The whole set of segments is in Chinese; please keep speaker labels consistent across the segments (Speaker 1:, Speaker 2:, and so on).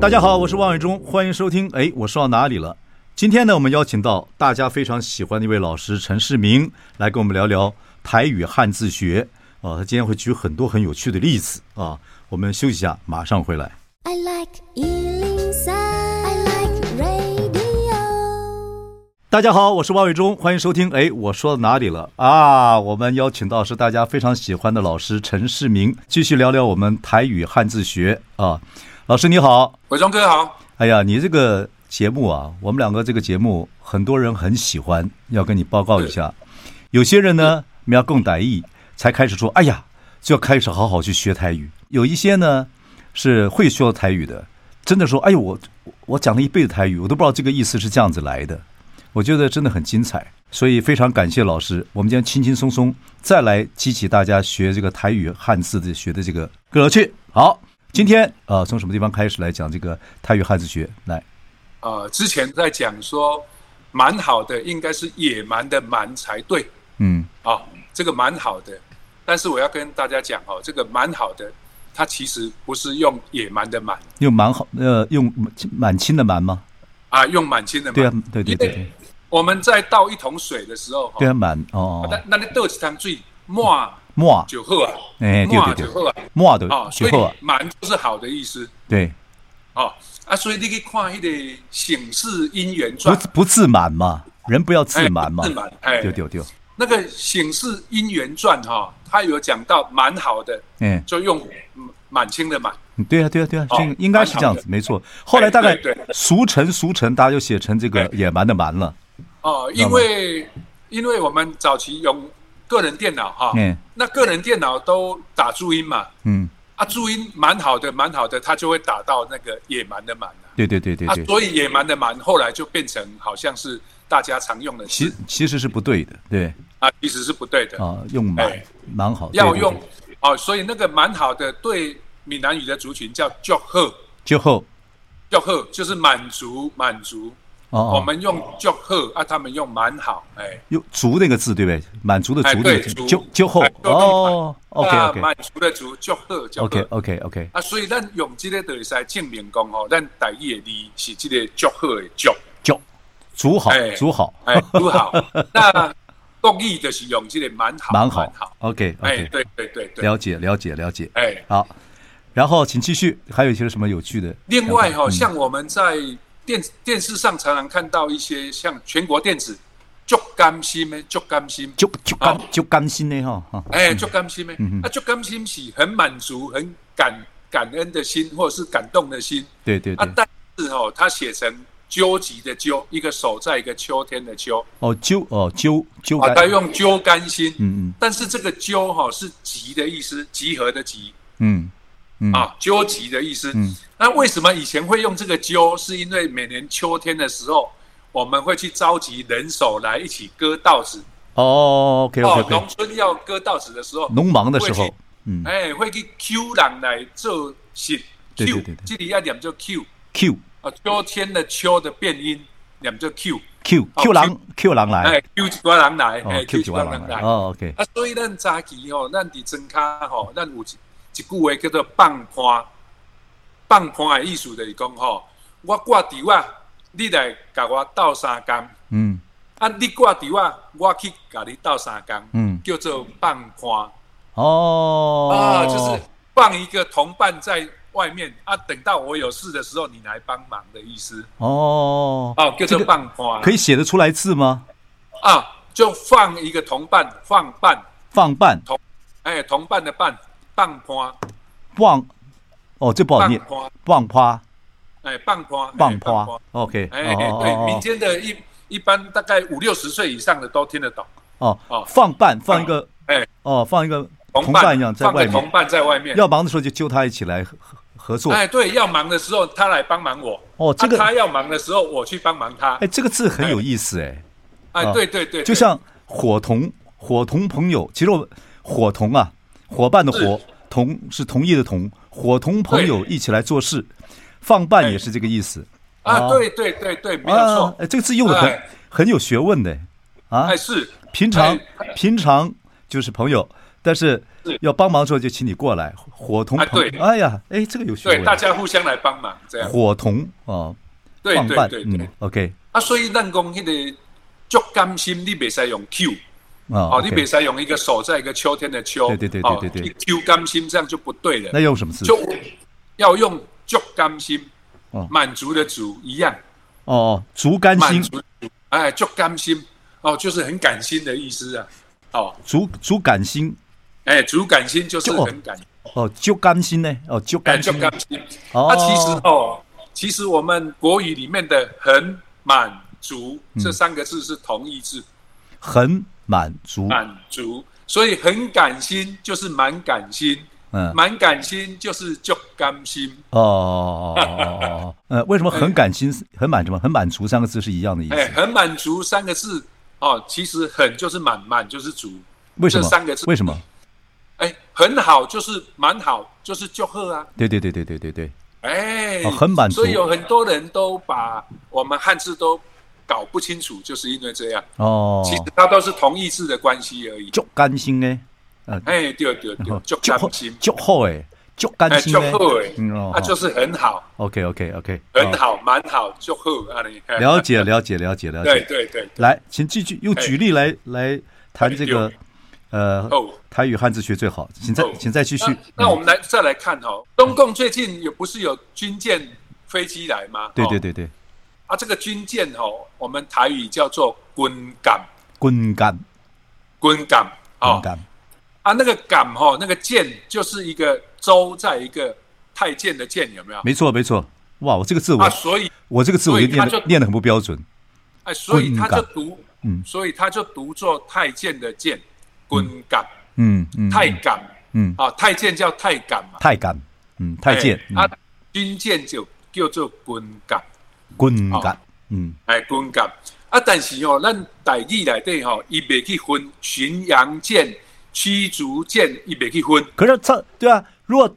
Speaker 1: 大家好，我是王伟忠，欢迎收听。哎，我说到哪里了？今天呢，我们邀请到大家非常喜欢的一位老师陈世明来跟我们聊聊台语汉字学啊。他今天会举很多很有趣的例子啊。我们休息一下，马上回来。
Speaker 2: I like Ealing Sound. I like radio.
Speaker 1: 大家好，我是王伟忠，欢迎收听。哎，我说到哪里了啊？我们邀请到是大家非常喜欢的老师陈世明，继续聊聊我们台语汉字学啊。老师你好，
Speaker 3: 伟忠哥好，
Speaker 1: 哎呀，你这个节目啊，我们两个这个节目，很多人很喜欢，要跟你报告一下。有些人呢，苗共歹意，才开始说，哎呀，就要开始好好去学台语。有一些呢，是会说台语的，真的说，哎呦，我我我讲了一辈子台语，我都不知道这个意思是这样子来的。我觉得真的很精彩，所以非常感谢老师。我们今天轻轻松松再来激起大家学这个台语汉字的学的这个乐趣。好，今天呃，从什么地方开始来讲这个台语汉字学？来，
Speaker 3: 呃，之前在讲说蛮好的，应该是野蛮的蛮才对
Speaker 1: 嗯
Speaker 3: 啊、这个蛮好的。但是我要跟大家讲哦，这个蛮好的，它其实不是用野蛮的蛮
Speaker 1: 用蛮好，呃，用满清的蛮吗？
Speaker 3: 啊，用满清的满。
Speaker 1: 对啊，对对对
Speaker 3: 因为
Speaker 1: 对，
Speaker 3: 我们在倒一桶水的时候，
Speaker 1: 对啊，
Speaker 3: 哦，
Speaker 1: 满哦，
Speaker 3: 那那你倒一汤水，满
Speaker 1: 墨
Speaker 3: 就好啊，
Speaker 1: 哎对对
Speaker 3: 满
Speaker 1: 对
Speaker 3: 就好啊，
Speaker 1: 墨的
Speaker 3: 哦，所
Speaker 1: 学后啊
Speaker 3: 以，蛮就是好的意思
Speaker 1: 对，
Speaker 3: 哦啊，所以你可以看那个《醒世姻缘
Speaker 1: 不
Speaker 3: 传》
Speaker 1: 不自满嘛，人不要自满嘛
Speaker 3: 哎不自满，哎
Speaker 1: 丢丢丢，
Speaker 3: 那个《醒世姻缘传》哈，它有讲到蛮好的，
Speaker 1: 嗯，
Speaker 3: 就用满清的满，
Speaker 1: 对啊，对啊，对啊，
Speaker 3: 哦
Speaker 1: 这个应该是这样子，没错。后来大概
Speaker 3: 哎对对
Speaker 1: 俗成俗成，大家就写成这个
Speaker 3: 哎
Speaker 1: 野蛮的蛮了。
Speaker 3: 哦，因为因为我们早期用个人电脑哈，
Speaker 1: 嗯
Speaker 3: 那个人电脑都打注音嘛，
Speaker 1: 嗯，
Speaker 3: 啊，注音蛮好的，蛮好的，它就会打到那个野蛮的蛮啊
Speaker 1: 对对对对
Speaker 3: 啊，
Speaker 1: 对，
Speaker 3: 所以野蛮的蛮后来就变成好像是大家常用的
Speaker 1: 其
Speaker 3: 字
Speaker 1: 其实是不对的，对
Speaker 3: 啊，其实是不对的，
Speaker 1: 啊，用蛮
Speaker 3: 哎
Speaker 1: 蛮好，
Speaker 3: 要
Speaker 1: 对对
Speaker 3: 用
Speaker 1: 对
Speaker 3: 哦，所以那个蛮好的对闽南语的族群叫叫贺
Speaker 1: 就后
Speaker 3: 叫贺，就是满足满足。我
Speaker 1: 哦哦，
Speaker 3: 们用就贺啊，他们用蛮好，哎，
Speaker 1: 用足那个字对不对？满足的
Speaker 3: 哎
Speaker 1: 足那个
Speaker 3: 对
Speaker 1: 字
Speaker 3: 足
Speaker 1: 就就后
Speaker 3: 哎就
Speaker 1: 哦，OK
Speaker 3: 那
Speaker 1: OK
Speaker 3: 啊满足的足就贺就
Speaker 1: OK 哦
Speaker 3: 贺
Speaker 1: OK OK，
Speaker 3: 啊，所以咱用这个就是来证明讲吼，咱台语的字是这个就贺的就，
Speaker 1: 就足好
Speaker 3: 哎
Speaker 1: 足好
Speaker 3: 哎， 不好。那国语就是用这个蛮好，
Speaker 1: 蛮好
Speaker 3: 好，
Speaker 1: ，OK
Speaker 3: 哎，
Speaker 1: OK，
Speaker 3: 对对对对，
Speaker 1: 了解了解了解，
Speaker 3: 哎，
Speaker 1: 好，然后请继续，还有一些什么有趣的？
Speaker 3: 另外哈，
Speaker 1: 嗯
Speaker 3: 像我们在电电视上常常看到一些像全国电子就甘心的就甘心，
Speaker 1: 就就
Speaker 3: 啊
Speaker 1: 甘就甘心的哈哈。
Speaker 3: 哎，就甘心呗
Speaker 1: 嗯嗯，
Speaker 3: 啊，就甘心是很满足、很感感恩的心，或者是感动的心
Speaker 1: 对对
Speaker 3: 啊
Speaker 1: 对。。
Speaker 3: 但是哦，它写成纠集的纠，一个手在一个秋天的秋
Speaker 1: 哦，揪哦揪揪
Speaker 3: 啊
Speaker 1: 干，，
Speaker 3: 它用纠甘心。
Speaker 1: 嗯
Speaker 3: 但是这个纠哈、是集的意思，集合的集
Speaker 1: 嗯嗯
Speaker 3: 啊，纠集的意思。
Speaker 1: 嗯
Speaker 3: 那为什么以前会用这个纠？是因为每年秋天的时候，我们会去召集人手来一起割稻子。
Speaker 1: 哦，OK
Speaker 3: 哦，
Speaker 1: OK
Speaker 3: 农
Speaker 1: OK，
Speaker 3: 村要割稻子的时候，
Speaker 1: 农忙的时
Speaker 3: 会
Speaker 1: 候
Speaker 3: 去，
Speaker 1: 嗯
Speaker 3: 哎，会去 Q 人来做事。
Speaker 1: 对
Speaker 3: Q，
Speaker 1: 对对对
Speaker 3: 这里要念做 Q，
Speaker 1: ，Q
Speaker 3: 啊，秋天的秋的变音念做 Q，
Speaker 1: Q
Speaker 3: 哦
Speaker 1: Q 狼 Q 狼
Speaker 3: 哎
Speaker 1: 来，
Speaker 3: ，Q 一个人来，
Speaker 1: 哦
Speaker 3: 哎
Speaker 1: Q
Speaker 3: ，Q
Speaker 1: 几
Speaker 3: 一
Speaker 1: 万
Speaker 3: 个
Speaker 1: 狼
Speaker 3: 人
Speaker 1: 来，
Speaker 3: 来。
Speaker 1: 哦 OK，
Speaker 3: 啊，所以咱早期吼，咱伫庄卡吼，咱有一一句话叫做放盘，放盘的意思就是讲吼，我挂吊啊，你来甲我斗三工，
Speaker 1: 嗯
Speaker 3: 啊，你挂吊啊，我去甲你斗三工，
Speaker 1: 嗯
Speaker 3: 叫做放盘。
Speaker 1: 哦
Speaker 3: 啊，就是放一个同伴在外面啊，等到我有事的时候你来帮忙的意思。
Speaker 1: 哦，
Speaker 3: 哦，叫
Speaker 1: 这
Speaker 3: 做
Speaker 1: 个
Speaker 3: 放花，
Speaker 1: 可
Speaker 3: 以
Speaker 1: 以写得出来字吗？
Speaker 3: 啊，就放一个同伴，放伴，
Speaker 1: 放伴
Speaker 3: 哎，同伴的伴，放花，
Speaker 1: 望，哦这不好
Speaker 3: 放
Speaker 1: 念，
Speaker 3: 花，
Speaker 1: 望花
Speaker 3: 哎，放花，
Speaker 1: 望
Speaker 3: 花
Speaker 1: 花，，OK，
Speaker 3: 哎，哎对，
Speaker 1: 哦
Speaker 3: 民
Speaker 1: 哦
Speaker 3: 间的一一般大概五六十岁以上的都听得懂。
Speaker 1: 哦哦
Speaker 3: 哦，
Speaker 1: 放伴放一个
Speaker 3: 哎，
Speaker 1: 哦放一个同
Speaker 3: 伴
Speaker 1: 伴一样在
Speaker 3: 放个
Speaker 1: 外面
Speaker 3: 同，伴在外面，
Speaker 1: 要忙的时候就揪他一起来合合合作。
Speaker 3: 哎，对，要忙的时候他来帮忙我，
Speaker 1: 哦这个
Speaker 3: 啊他要忙的时候我去帮忙他
Speaker 1: 哎，，这个字很有意思哎，
Speaker 3: 哎
Speaker 1: 啊，
Speaker 3: 对对对，
Speaker 1: 就像伙同、伙同朋友，其实我伙同啊，伙伴的伙
Speaker 3: 是，
Speaker 1: 同是同意的同，伙同朋友一起来做事，放办也是这个意思。
Speaker 3: 啊，对对对对，哎没有
Speaker 1: 哦啊
Speaker 3: 错，，
Speaker 1: 哎这个字用的很
Speaker 3: 哎
Speaker 1: 很有学问的啊
Speaker 3: 哎。是，
Speaker 1: 平常
Speaker 3: 哎
Speaker 1: 平常就是朋友，但是
Speaker 3: 是
Speaker 1: 要帮忙的时候就请你过来，伙同
Speaker 3: 哎
Speaker 1: 朋
Speaker 3: 对
Speaker 1: 哎呀，哎，这个有学
Speaker 3: 对，
Speaker 1: 问，
Speaker 3: 大家互相来帮忙这样，
Speaker 1: 伙同啊，
Speaker 3: 对
Speaker 1: 放
Speaker 3: 对
Speaker 1: 办，
Speaker 3: 对对
Speaker 1: 嗯，，OK
Speaker 3: 啊，所以咱讲迄个足甘心，你袂使用 Q。
Speaker 1: 啊
Speaker 3: 哦，你别
Speaker 1: ，OK，
Speaker 3: 使用一个手在一个秋天的秋，
Speaker 1: 对对对对对对
Speaker 3: 哦，Q 甘心这样就不对
Speaker 1: 那
Speaker 3: 了，
Speaker 1: 用什么字？
Speaker 3: 就要用足甘心
Speaker 1: 哦，
Speaker 3: 满足的足一样，
Speaker 1: 哦，足甘
Speaker 3: 满
Speaker 1: 心，
Speaker 3: 足，哎，足甘心，哦，就是很感心的意思啊，哦，
Speaker 1: 足足感心，
Speaker 3: 哎，足感心就是
Speaker 1: 就
Speaker 3: 很感，
Speaker 1: 哦，就甘心呢，哦，就
Speaker 3: 哎，
Speaker 1: 甘
Speaker 3: 足
Speaker 1: 心，
Speaker 3: 甘心，
Speaker 1: 哦
Speaker 3: 啊，其实哦，其实我们国语里面的很满足
Speaker 1: 嗯
Speaker 3: 这三个字是同义字，
Speaker 1: 很满足，
Speaker 3: 满足，所以很感心就是满感心。
Speaker 1: 嗯，
Speaker 3: 满感心就是足甘心，
Speaker 1: 哦哦哦哦哦哦，呃，为什么很感心、很满什么、很满足三个字是一样的意
Speaker 3: 哎，
Speaker 1: 思？
Speaker 3: 很满足三个字哦，其实很就是满，满就是足，
Speaker 1: 为什么
Speaker 3: 这三个字？
Speaker 1: 为什么？
Speaker 3: 哎，很好就是蛮好，就是就喝啊，
Speaker 1: 对对对对对对对，
Speaker 3: 哎，
Speaker 1: 哦很满足
Speaker 3: 所以有很多人都把我们汉字都搞不清楚，就是因为这样，
Speaker 1: 哦，
Speaker 3: 其实它都是同义字的关系而已。
Speaker 1: 就甘心呢，呃，
Speaker 3: 哎，对对对，就甘心，
Speaker 1: 就好哎，就
Speaker 3: 哎，
Speaker 1: 甘心
Speaker 3: 就
Speaker 1: 呢，
Speaker 3: 喝哎
Speaker 1: 嗯，哦
Speaker 3: 啊，就是哎很好，
Speaker 1: OK OK OK，
Speaker 3: 很好，蛮好，就喝啊，你
Speaker 1: 了解了解了解了
Speaker 3: 对
Speaker 1: 解。
Speaker 3: 对对，
Speaker 1: 来，请继续用
Speaker 3: 哎
Speaker 1: 举例来来谈这个，呃
Speaker 3: 哦，
Speaker 1: 台语汉字学最好，请再
Speaker 3: 哦
Speaker 1: 请再继续嗯
Speaker 3: 那。那我们来再来看哦，中共最近也不是有军舰飞机来吗？
Speaker 1: 对对
Speaker 3: 哦。
Speaker 1: 对对，
Speaker 3: 啊，这个军舰哦，我们台语叫做军舰，
Speaker 1: 滚杆
Speaker 3: 军舰
Speaker 1: 滚
Speaker 3: 哦。
Speaker 1: 杆，
Speaker 3: 啊，那个舰哦，那个舰就是一个舟，在一个太监的监，有没有？
Speaker 1: 没错没错。哇，我这个字我
Speaker 3: 啊，所以
Speaker 1: 我这个字我
Speaker 3: 所以
Speaker 1: 就念
Speaker 3: 他
Speaker 1: 得
Speaker 3: 就
Speaker 1: 念的很不标准。
Speaker 3: 哎，所以他就
Speaker 1: 军
Speaker 3: 读，
Speaker 1: 嗯
Speaker 3: 所以他就读作太监的监，军舰
Speaker 1: 嗯嗯，
Speaker 3: 太监
Speaker 1: 嗯
Speaker 3: 啊，太监叫太监嘛，
Speaker 1: 太杆，嗯太监
Speaker 3: 哎啊，军舰就叫做军舰。
Speaker 1: 滚杆，嗯
Speaker 3: 哎，军舰啊，但是哦，咱台语内底吼，伊袂去分巡洋舰、驱逐舰，伊袂去分。
Speaker 1: 可是它对啊，如果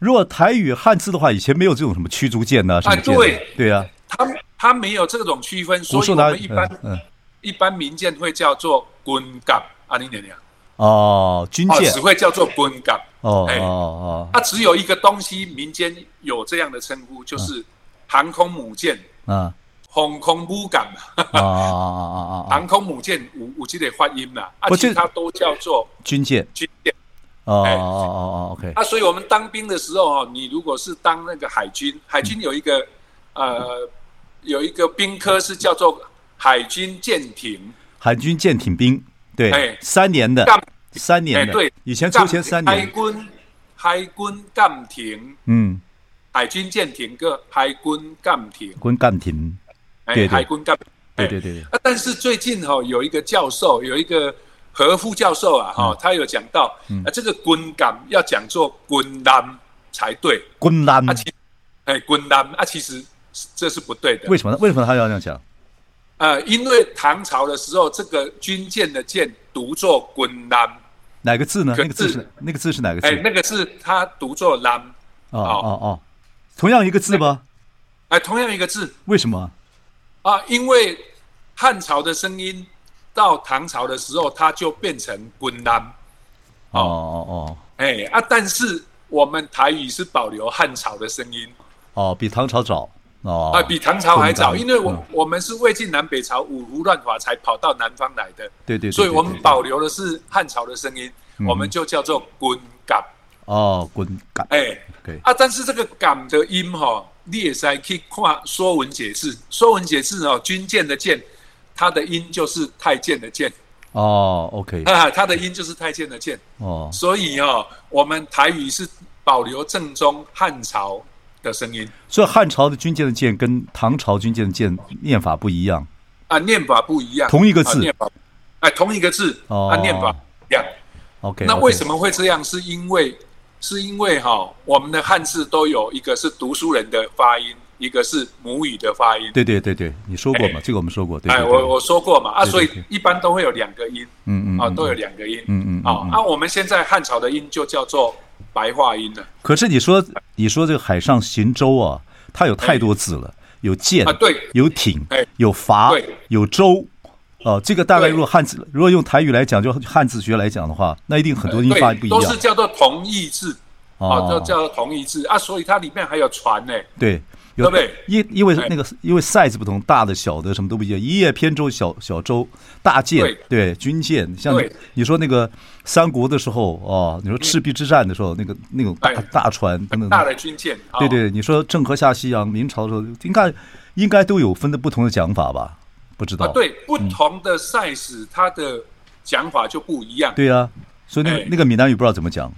Speaker 1: 如果台语汉字的话，以前没有这种什么驱逐舰呐什么舰的
Speaker 3: 对，
Speaker 1: 对啊，
Speaker 3: 他他没有这种区分，所
Speaker 1: 古
Speaker 3: 以我
Speaker 1: 树它
Speaker 3: 们一般、
Speaker 1: 嗯嗯
Speaker 3: 一般民间会叫做军舰，啊，你念念，
Speaker 1: 哦军
Speaker 3: 哦，
Speaker 1: 舰
Speaker 3: 只会叫做军舰。
Speaker 1: 哦
Speaker 3: 哎
Speaker 1: 哦哦
Speaker 3: 它、只有一个东西，民间有这样的称呼，
Speaker 1: 嗯
Speaker 3: 就是航空母舰、
Speaker 1: 啊
Speaker 3: 航空母舰嘛，
Speaker 1: 啊啊啊啊啊！
Speaker 3: 航空母舰有有这个发音啦，啊，
Speaker 1: 不
Speaker 3: 其
Speaker 1: 这
Speaker 3: 他都叫做
Speaker 1: 军舰
Speaker 3: 军舰。
Speaker 1: 哦哦哦哦，OK，
Speaker 3: 啊，所以我们当兵的时候哦，你如果是当那个海军，海军有一个、
Speaker 1: 嗯
Speaker 3: 呃有一个兵科是叫做海军舰艇，
Speaker 1: 海军舰艇兵，对
Speaker 3: 哎，
Speaker 1: 三年的
Speaker 3: 干，
Speaker 1: 三年
Speaker 3: 哎
Speaker 1: 的
Speaker 3: 对，
Speaker 1: 以前抽签三
Speaker 3: 海
Speaker 1: 年，
Speaker 3: 军海军舰艇，
Speaker 1: 嗯，
Speaker 3: 海军舰艇跟海军舰艇，
Speaker 1: 滚干艇，
Speaker 3: 哎，
Speaker 1: 对对
Speaker 3: 海军舰艇，
Speaker 1: 对
Speaker 3: 哎
Speaker 1: 对对对
Speaker 3: 啊，但是最近哈、哦、有一个教授，有一个何副教授啊，
Speaker 1: 嗯
Speaker 3: 哈、哦，他有讲到，啊，这个军舰要讲做军舰才对，
Speaker 1: 滚烂，
Speaker 3: 啊，其哎，军舰啊，其实这是不对的。
Speaker 1: 为什么呢？为什么他要这样讲？
Speaker 3: 呃，因为唐朝的时候，这个军舰的舰读作滚南，
Speaker 1: 哪个字呢？
Speaker 3: 可
Speaker 1: 那个字
Speaker 3: 是
Speaker 1: 是那个字是哪个字
Speaker 3: 哎，？那个是它读作南，
Speaker 1: 哦哦哦，同样一个字吗？
Speaker 3: 哎，同样一个字
Speaker 1: 为什么？
Speaker 3: 啊，因为汉朝的声音到唐朝的时候，它就变成滚南，
Speaker 1: 哦哦
Speaker 3: 哎啊，但是我们台语是保留汉朝的声音
Speaker 1: 哦哦，比唐朝早哦
Speaker 3: 啊，比唐朝还早，
Speaker 1: 滚南
Speaker 3: 因为我
Speaker 1: 嗯
Speaker 3: 我们是魏晋南北朝五胡乱华才跑到南方来的，
Speaker 1: 对对，对
Speaker 3: 所以
Speaker 1: 对
Speaker 3: 我
Speaker 1: 对嗯
Speaker 3: 们
Speaker 1: 对
Speaker 3: 保留的是汉朝的声音，我们就叫做滚港，
Speaker 1: 哦滚干，
Speaker 3: 哎。
Speaker 1: 对，
Speaker 3: 啊，但是这个“港”的音哈、你也是可以看《说文解字》，《说文解字》哦，军舰的“舰”，它的音就是太监的“ 监
Speaker 1: 哦 OK，”，
Speaker 3: 啊，它的音就是太监的“监
Speaker 1: 哦”，
Speaker 3: 所以哦，我们台语是保留正宗汉朝的声音
Speaker 1: 所以汉朝的军舰的舰跟唐朝军舰的舰念法不一样。
Speaker 3: 啊，念法不一样，
Speaker 1: 同一个字
Speaker 3: 啊念法哎，同一个字、
Speaker 1: 哦
Speaker 3: 啊，念法不一样。
Speaker 1: OK，
Speaker 3: 那为什
Speaker 1: 么？
Speaker 3: 么会这样？是因为是因为哈、我们的汉字都有一个是读书人的发音，一个是母语的发音。
Speaker 1: 对对对对，你说过嘛？这个我们说过，对对
Speaker 3: 哎，
Speaker 1: 对，
Speaker 3: 我我说过嘛啊，
Speaker 1: 对对
Speaker 3: 所以
Speaker 1: 对
Speaker 3: 一般都会有两个音
Speaker 1: 嗯嗯
Speaker 3: 啊，
Speaker 1: 嗯
Speaker 3: 都有两个音。
Speaker 1: 嗯嗯嗯
Speaker 3: 啊
Speaker 1: 嗯，
Speaker 3: 啊，我们现在汉朝的音就叫做白话音了
Speaker 1: 可是你说你说这个海上行舟啊，它有太多字了，有舰
Speaker 3: 啊，，对
Speaker 1: 有艇
Speaker 3: 哎，
Speaker 1: 有筏
Speaker 3: 对，
Speaker 1: 有舟。哦，这个大概
Speaker 3: 对
Speaker 1: 如果汉字，如果用台语来讲，就汉字学来讲的话，那一定很多音发音不
Speaker 3: 对，
Speaker 1: 一
Speaker 3: 都是
Speaker 1: 样。
Speaker 3: 叫做同义字啊，
Speaker 1: 哦嗯
Speaker 3: 都叫做同义字啊，所以它里面还有船呢。
Speaker 1: 对，有
Speaker 3: 对不对
Speaker 1: 因因为
Speaker 3: 哎
Speaker 1: 那个因为 size 不同，大的小的什么都不一样。一叶扁舟小小舟，大舰
Speaker 3: 对
Speaker 1: 对军舰，像
Speaker 3: 对
Speaker 1: 你说那个三国的时候哦，你说赤壁之战的时候，那个那种大
Speaker 3: 哎
Speaker 1: 大船等等，
Speaker 3: 大的军舰，啊
Speaker 1: 嗯对对，你说郑和下西洋，明朝的时候，应该应该都有分的不同的讲法吧？不知道
Speaker 3: 啊，对，不同的 size 它的讲法就不一样。
Speaker 1: 对啊，所以那个
Speaker 3: 哎
Speaker 1: 那个闽南语不知道怎么讲，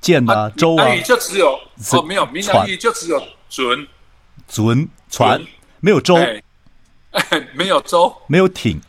Speaker 1: 舰呐、舟啊
Speaker 3: 闽、南语就只有
Speaker 1: 是
Speaker 3: 哦，没有闽南语就只有准，
Speaker 1: 船、船
Speaker 3: 船，
Speaker 1: 没有舟，
Speaker 3: 哎， 哎没有舟，
Speaker 1: 没有艇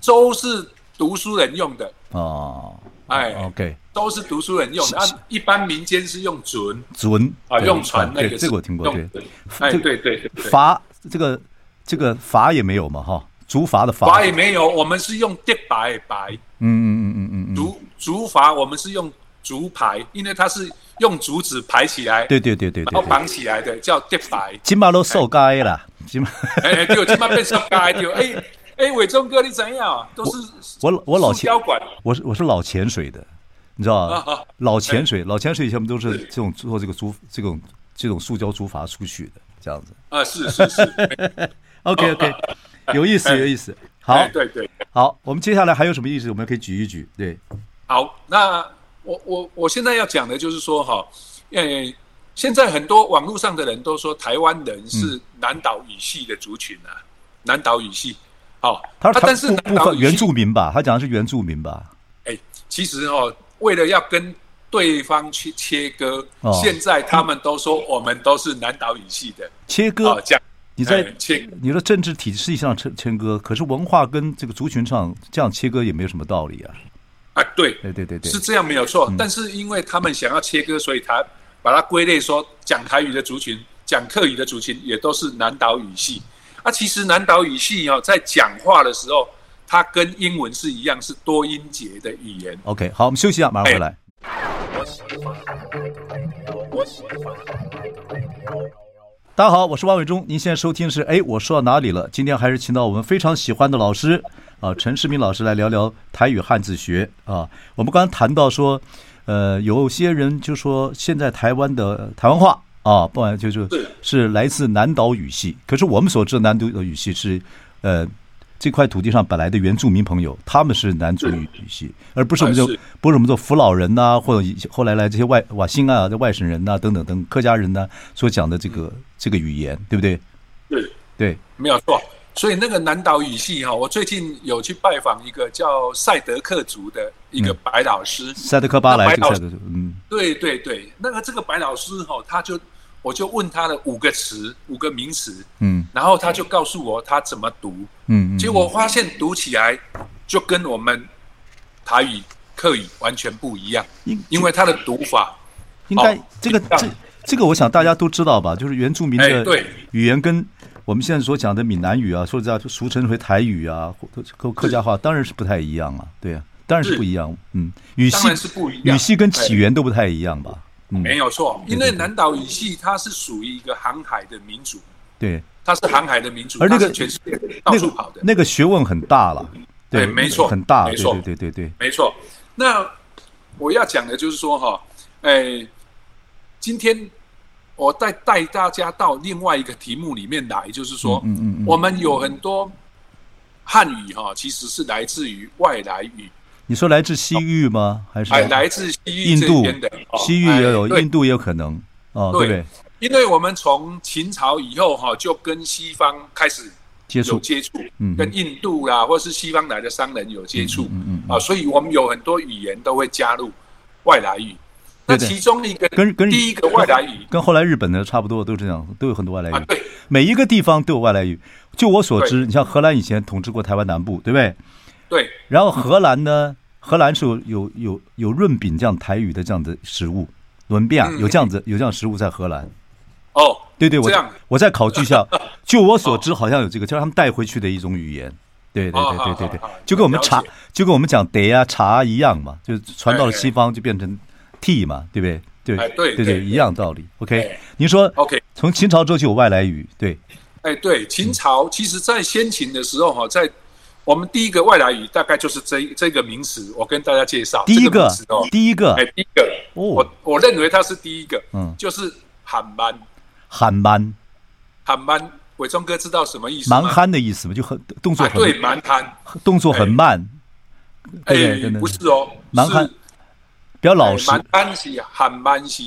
Speaker 3: 舟是读书人用的，
Speaker 1: 哦。
Speaker 3: 哎
Speaker 1: OK，
Speaker 3: 都是读书人用的，
Speaker 1: 是
Speaker 3: 啊，一般民间是用准
Speaker 1: 准
Speaker 3: 啊，
Speaker 1: 对
Speaker 3: 用船那
Speaker 1: 对
Speaker 3: 个，
Speaker 1: 这个我听过，对
Speaker 3: 用，哎，
Speaker 1: 这
Speaker 3: 对
Speaker 1: 个
Speaker 3: 对对对，
Speaker 1: 筏这个这个筏也没有嘛哈，竹筏的筏，
Speaker 3: 筏也没有，我们是用竹白白
Speaker 1: 嗯嗯嗯嗯嗯嗯，
Speaker 3: 竹竹筏，我们是用竹排，因为它是用竹子排起来，
Speaker 1: 对对对对
Speaker 3: 然
Speaker 1: 对
Speaker 3: 后
Speaker 1: 对，。
Speaker 3: 绑起来的叫竹白
Speaker 1: 金马都受该啦，金马。
Speaker 3: 哎，就今麦变成白就哎哎，伟忠哥你怎样啊？都是
Speaker 1: 我我我老
Speaker 3: 塑胶管
Speaker 1: 我是我是老潜水的，你知道
Speaker 3: 啊
Speaker 1: 吧
Speaker 3: 啊？
Speaker 1: 老潜水，老潜水以前我们都是这种做这个竹这种这种塑胶竹筏出去的，这样子。
Speaker 3: 啊，是是是，
Speaker 1: OK OK，有意思有意思。 好
Speaker 3: 哦哎，对对。
Speaker 1: 好，我们接下来还有什么意思？我们可以举一举。对，
Speaker 3: 好，那我我我现在要讲的就是说哈，呃，现在很多网络上的人都说台湾人
Speaker 1: 嗯
Speaker 3: 是南岛语系的族群啊，南岛语系，好、
Speaker 1: 他
Speaker 3: 啊
Speaker 1: 他
Speaker 3: 但是
Speaker 1: 部
Speaker 3: 南
Speaker 1: 部
Speaker 3: 岛
Speaker 1: 分
Speaker 3: 语
Speaker 1: 原
Speaker 3: 系，
Speaker 1: 住民吧，他讲的是原住民吧？
Speaker 3: 哎，其实哦，为了要跟对方去切割，
Speaker 1: 哦
Speaker 3: 现在他们都说我们都是南岛语系的，
Speaker 1: 切
Speaker 3: 哦
Speaker 1: 割，，
Speaker 3: 讲
Speaker 1: 你在
Speaker 3: 哎切
Speaker 1: 你说政治体系上切切割，可是文化跟这个族群上这样切割也没有什么道理啊。
Speaker 3: 啊，对，
Speaker 1: 对对对对
Speaker 3: 是，这样没有错，但是因为他们想要切割，所以他把它归类说，讲台语的族群、讲客语的族群也都是南岛语系。啊，其实南岛语系哦，在讲话的时候，它跟英文是一样，是多音节的语言。
Speaker 1: OK，好，我们休息一下，马上回来。大家好，我是王伟忠。您现在收听是哎，我说到哪里了？今天还是请到我们非常喜欢的老师啊、陈世明老师来聊聊台语汉字学啊。我们刚刚谈到说，呃，有些人就说现在台湾的呃台湾话啊，不管就是
Speaker 3: 是
Speaker 1: 是来自南岛语系，可是我们所知的南岛语系是呃这块土地上本来的原住民朋友，他们是南族语语系，而不是我们
Speaker 3: 呃
Speaker 1: 就是不是我们做福老人呐、或者以后来来这些外瓦辛啊、这外省人呐、等等等客家人呐、所讲的这个这个语言，对不对？
Speaker 3: 对，
Speaker 1: 对，
Speaker 3: 没有错。所以那个南岛语系哈、我最近有去拜访一个叫赛德克族的一个白老师，
Speaker 1: 塞德克巴莱
Speaker 3: 那白
Speaker 1: 这个
Speaker 3: 老
Speaker 1: 塞德克，嗯，
Speaker 3: 对对对，那个这个白老师哈、他就我就问他的五个词、五个名词，
Speaker 1: 嗯
Speaker 3: 然后他就告诉我他怎么读，
Speaker 1: 嗯嗯，
Speaker 3: 结果发现读起来就跟我们台语、客语完全不一样，
Speaker 1: 应
Speaker 3: 因为它的读法，
Speaker 1: 应该
Speaker 3: 哦
Speaker 1: 这个
Speaker 3: 这
Speaker 1: 这这个我想大家都知道吧，就是原住民
Speaker 3: 哎
Speaker 1: 的
Speaker 3: 对
Speaker 1: 语言跟我们现在所讲的闽南语啊，说实在就俗称为台语啊，或或客家话，当然是不太一样啊，对啊，当然是
Speaker 3: 是
Speaker 1: 不一样，嗯，语
Speaker 3: 当然是
Speaker 1: 系
Speaker 3: 不一样。
Speaker 1: 语系跟
Speaker 3: 哎
Speaker 1: 起源都不太一样吧，嗯，
Speaker 3: 没有错，因
Speaker 1: 对
Speaker 3: 为
Speaker 1: 对
Speaker 3: 南岛语系它是属于一个航海的民族，
Speaker 1: 对。
Speaker 3: 它是航海的民族，
Speaker 1: 而那个
Speaker 3: 它是全世界到
Speaker 1: 那
Speaker 3: 处
Speaker 1: 个
Speaker 3: 跑的，
Speaker 1: 那个学问很大了，对，
Speaker 3: 哎没错
Speaker 1: 很大，
Speaker 3: 没
Speaker 1: 对
Speaker 3: 错
Speaker 1: 对对对对，
Speaker 3: 没错。那我要讲的就是说哈，哎，今天我再带大家到另外一个题目里面来，就是说，
Speaker 1: 嗯嗯嗯
Speaker 3: 我们有很多汉语哈，其实是来自于外来语，
Speaker 1: 你说来自西域吗？还是啊
Speaker 3: 哎，来自西域
Speaker 1: 印
Speaker 3: 这
Speaker 1: 度
Speaker 3: 边的，哦？
Speaker 1: 西域也有，
Speaker 3: 哎对
Speaker 1: 印度也有可能哦，对不
Speaker 3: 对
Speaker 1: 对？
Speaker 3: 因为我们从秦朝以后哈，就跟西方开始
Speaker 1: 接
Speaker 3: 有
Speaker 1: 触，
Speaker 3: 接触，
Speaker 1: 嗯
Speaker 3: 跟印度啦，或是西方来的商人有接触，
Speaker 1: 嗯嗯嗯
Speaker 3: 啊，所以我们有很多语言都会加入外来语。那
Speaker 1: 对的
Speaker 3: 其中一个
Speaker 1: 跟跟
Speaker 3: 第一个外来语
Speaker 1: 跟后来日本的差不多，都是这样，都有很多外来
Speaker 3: 啊
Speaker 1: 语，，
Speaker 3: 对
Speaker 1: 每一个地方都有外来语。就我所知，
Speaker 3: 对
Speaker 1: 你像荷兰以前统治过台湾南部，对不对？
Speaker 3: 对
Speaker 1: 然后荷兰呢，荷兰是有有有有润饼这样台语的这样的食物，伦比亚
Speaker 3: 嗯
Speaker 1: 有这样子有这样食物在荷兰。
Speaker 3: 哦，
Speaker 1: 对对，我
Speaker 3: 这样
Speaker 1: 我再考据一 下，就我所知好像有这个，就是他们带回去的一种语言。对对
Speaker 3: 哦
Speaker 1: 对对对
Speaker 3: 好
Speaker 1: 对
Speaker 3: 好好，
Speaker 1: 就跟我们茶
Speaker 3: 了解
Speaker 1: 就跟我们讲得呀茶一样嘛，就是传到了
Speaker 3: 哎哎
Speaker 1: 西方就变成 tea 嘛，对不对？
Speaker 3: 哎
Speaker 1: 对
Speaker 3: 对
Speaker 1: 对
Speaker 3: 对
Speaker 1: 一样道理。OK，
Speaker 3: 哎
Speaker 1: 您说
Speaker 3: OK
Speaker 1: 从秦朝之后就有外来语，对，
Speaker 3: 哎，对，秦朝其实在先秦的时候哈，在我们第一个外来语大概就是这这个名词，我跟大家介绍
Speaker 1: 第一
Speaker 3: 这个
Speaker 1: 个
Speaker 3: 名词哦，
Speaker 1: 第一个
Speaker 3: 哎，第一个，
Speaker 1: 哦
Speaker 3: 我，我认为它是第一个，
Speaker 1: 嗯
Speaker 3: 就是喊班，
Speaker 1: 喊蛮
Speaker 3: 喊班，伟忠哥知道什么意思吗？
Speaker 1: 蛮憨的意思嘛，就很动作
Speaker 3: 啊，对，
Speaker 1: 很
Speaker 3: 蛮憨，
Speaker 1: 动作很慢，
Speaker 3: 哎
Speaker 1: 对对对，对
Speaker 3: 不是哦，
Speaker 1: 蛮憨
Speaker 3: 是哎
Speaker 1: 比较老实，
Speaker 3: 蛮憨是喊班是，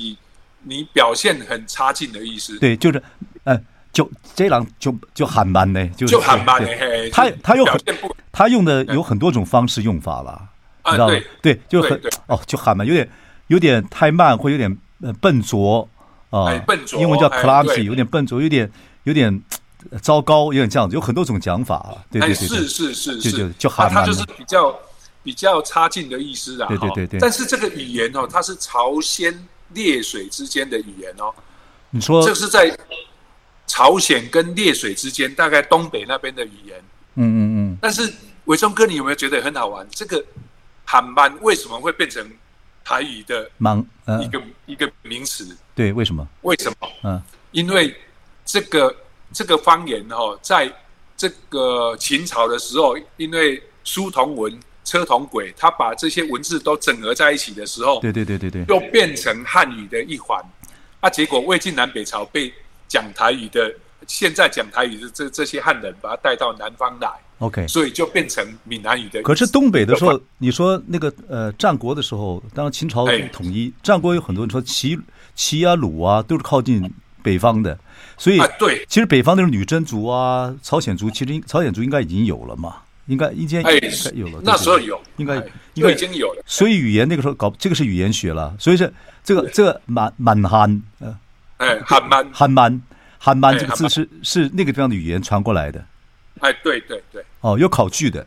Speaker 3: 你表现很差劲的意思，
Speaker 1: 对，就是，呃，就这人就就喊蛮呢，就是
Speaker 3: 就喊班
Speaker 1: 对
Speaker 3: 嘿嘿，
Speaker 1: 他
Speaker 3: 就
Speaker 1: 他有
Speaker 3: 表
Speaker 1: 很
Speaker 3: 现不哎
Speaker 1: 他用的有很多种方式用法了，你
Speaker 3: 啊
Speaker 1: 知道吗？对，就
Speaker 3: 对
Speaker 1: 很
Speaker 3: 对
Speaker 1: 哦，就喊蛮，有点有点太慢，或有点呃笨拙啊，
Speaker 3: 哎笨拙
Speaker 1: 英文叫
Speaker 3: 哎
Speaker 1: clumsy，
Speaker 3: 对
Speaker 1: 有点笨拙，有点有点呃糟糕，有点这样子，有很多种讲法啊，对
Speaker 3: 哎，
Speaker 1: 对对
Speaker 3: 是
Speaker 1: 对，
Speaker 3: 是是，
Speaker 1: 就是就就
Speaker 3: 那
Speaker 1: 喊
Speaker 3: 它
Speaker 1: 完
Speaker 3: 就是
Speaker 1: 了
Speaker 3: 比较比较差劲的意思啦。
Speaker 1: 对对
Speaker 3: 哈
Speaker 1: 对对
Speaker 3: 但是这个语言哦，它是朝鲜列水之间的语言哦，
Speaker 1: 你说
Speaker 3: 这是在朝鲜跟列水之间，大概东北那边的语言。
Speaker 1: 嗯嗯
Speaker 3: 但是伟忠哥，你有没有觉得很好玩？这个韩班为什么会变成台语的
Speaker 1: 嗯，蛮呃
Speaker 3: 一，个、一个名词？
Speaker 1: 对，为什么？
Speaker 3: 为什么？
Speaker 1: 嗯，
Speaker 3: 因为这个这个方言哦，在这个秦朝的时候，因为书同文、车同轨，他把这些文字都整合在一起的时候，
Speaker 1: 对对对对对，
Speaker 3: 又变成汉语的一环。啊，结果魏晋南北朝被讲台语的，现在讲台语的这这些汉人把它带到南方来，
Speaker 1: ，OK。
Speaker 3: 所以就变成闽南语的。
Speaker 1: 可是东北的时候，你说那个呃，战国的时候，当然秦朝
Speaker 3: 哎
Speaker 1: 统一，战国有很多人说齐齐啊、鲁啊，都是靠近北方的，所以
Speaker 3: 啊，对，
Speaker 1: 其实北方那种女真族啊、朝鲜族，其实应朝鲜族应该已经有了嘛，应该应该
Speaker 3: 哎
Speaker 1: 应该有了，
Speaker 3: 那
Speaker 1: 对
Speaker 3: 时候有，
Speaker 1: 应该
Speaker 3: 哎
Speaker 1: 应该
Speaker 3: 就已经有了。
Speaker 1: 所以语言那个时候搞这个是语言学了，所以是这个这个满满汉呃
Speaker 3: 哎，汉班，
Speaker 1: 汉蛮汉蛮
Speaker 3: 哎
Speaker 1: 这个
Speaker 3: 汉
Speaker 1: 字
Speaker 3: 蛮
Speaker 1: 是是那个地方的语言传过来的
Speaker 3: 哎，对对对。
Speaker 1: 哦，有考据的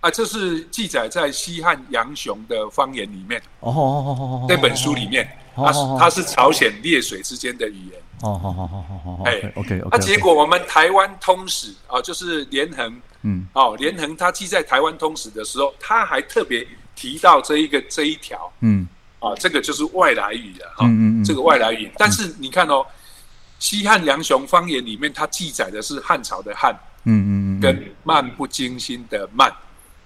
Speaker 3: 啊，这是记载在西汉杨雄的方言里面，
Speaker 1: 哦哦哦哦哦，
Speaker 3: 那本书里面，
Speaker 1: 哦
Speaker 3: 它是
Speaker 1: 哦哦
Speaker 3: 它是朝鲜列水之间的语言。
Speaker 1: 哦，好好好好好好
Speaker 3: 哎
Speaker 1: ，OK OK，
Speaker 3: 啊，结果我们台湾通史啊，就是连横
Speaker 1: 嗯
Speaker 3: 哦，连横他记在台湾通史的时候，他还特别提到这一个这一条
Speaker 1: 嗯
Speaker 3: 啊，这个就是外来语了哈，
Speaker 1: 嗯嗯嗯
Speaker 3: 这个外来语。但是你看哦，西汉杨雄方言里面，它记载的是汉朝的汉
Speaker 1: 嗯嗯嗯
Speaker 3: 跟漫不经心的漫。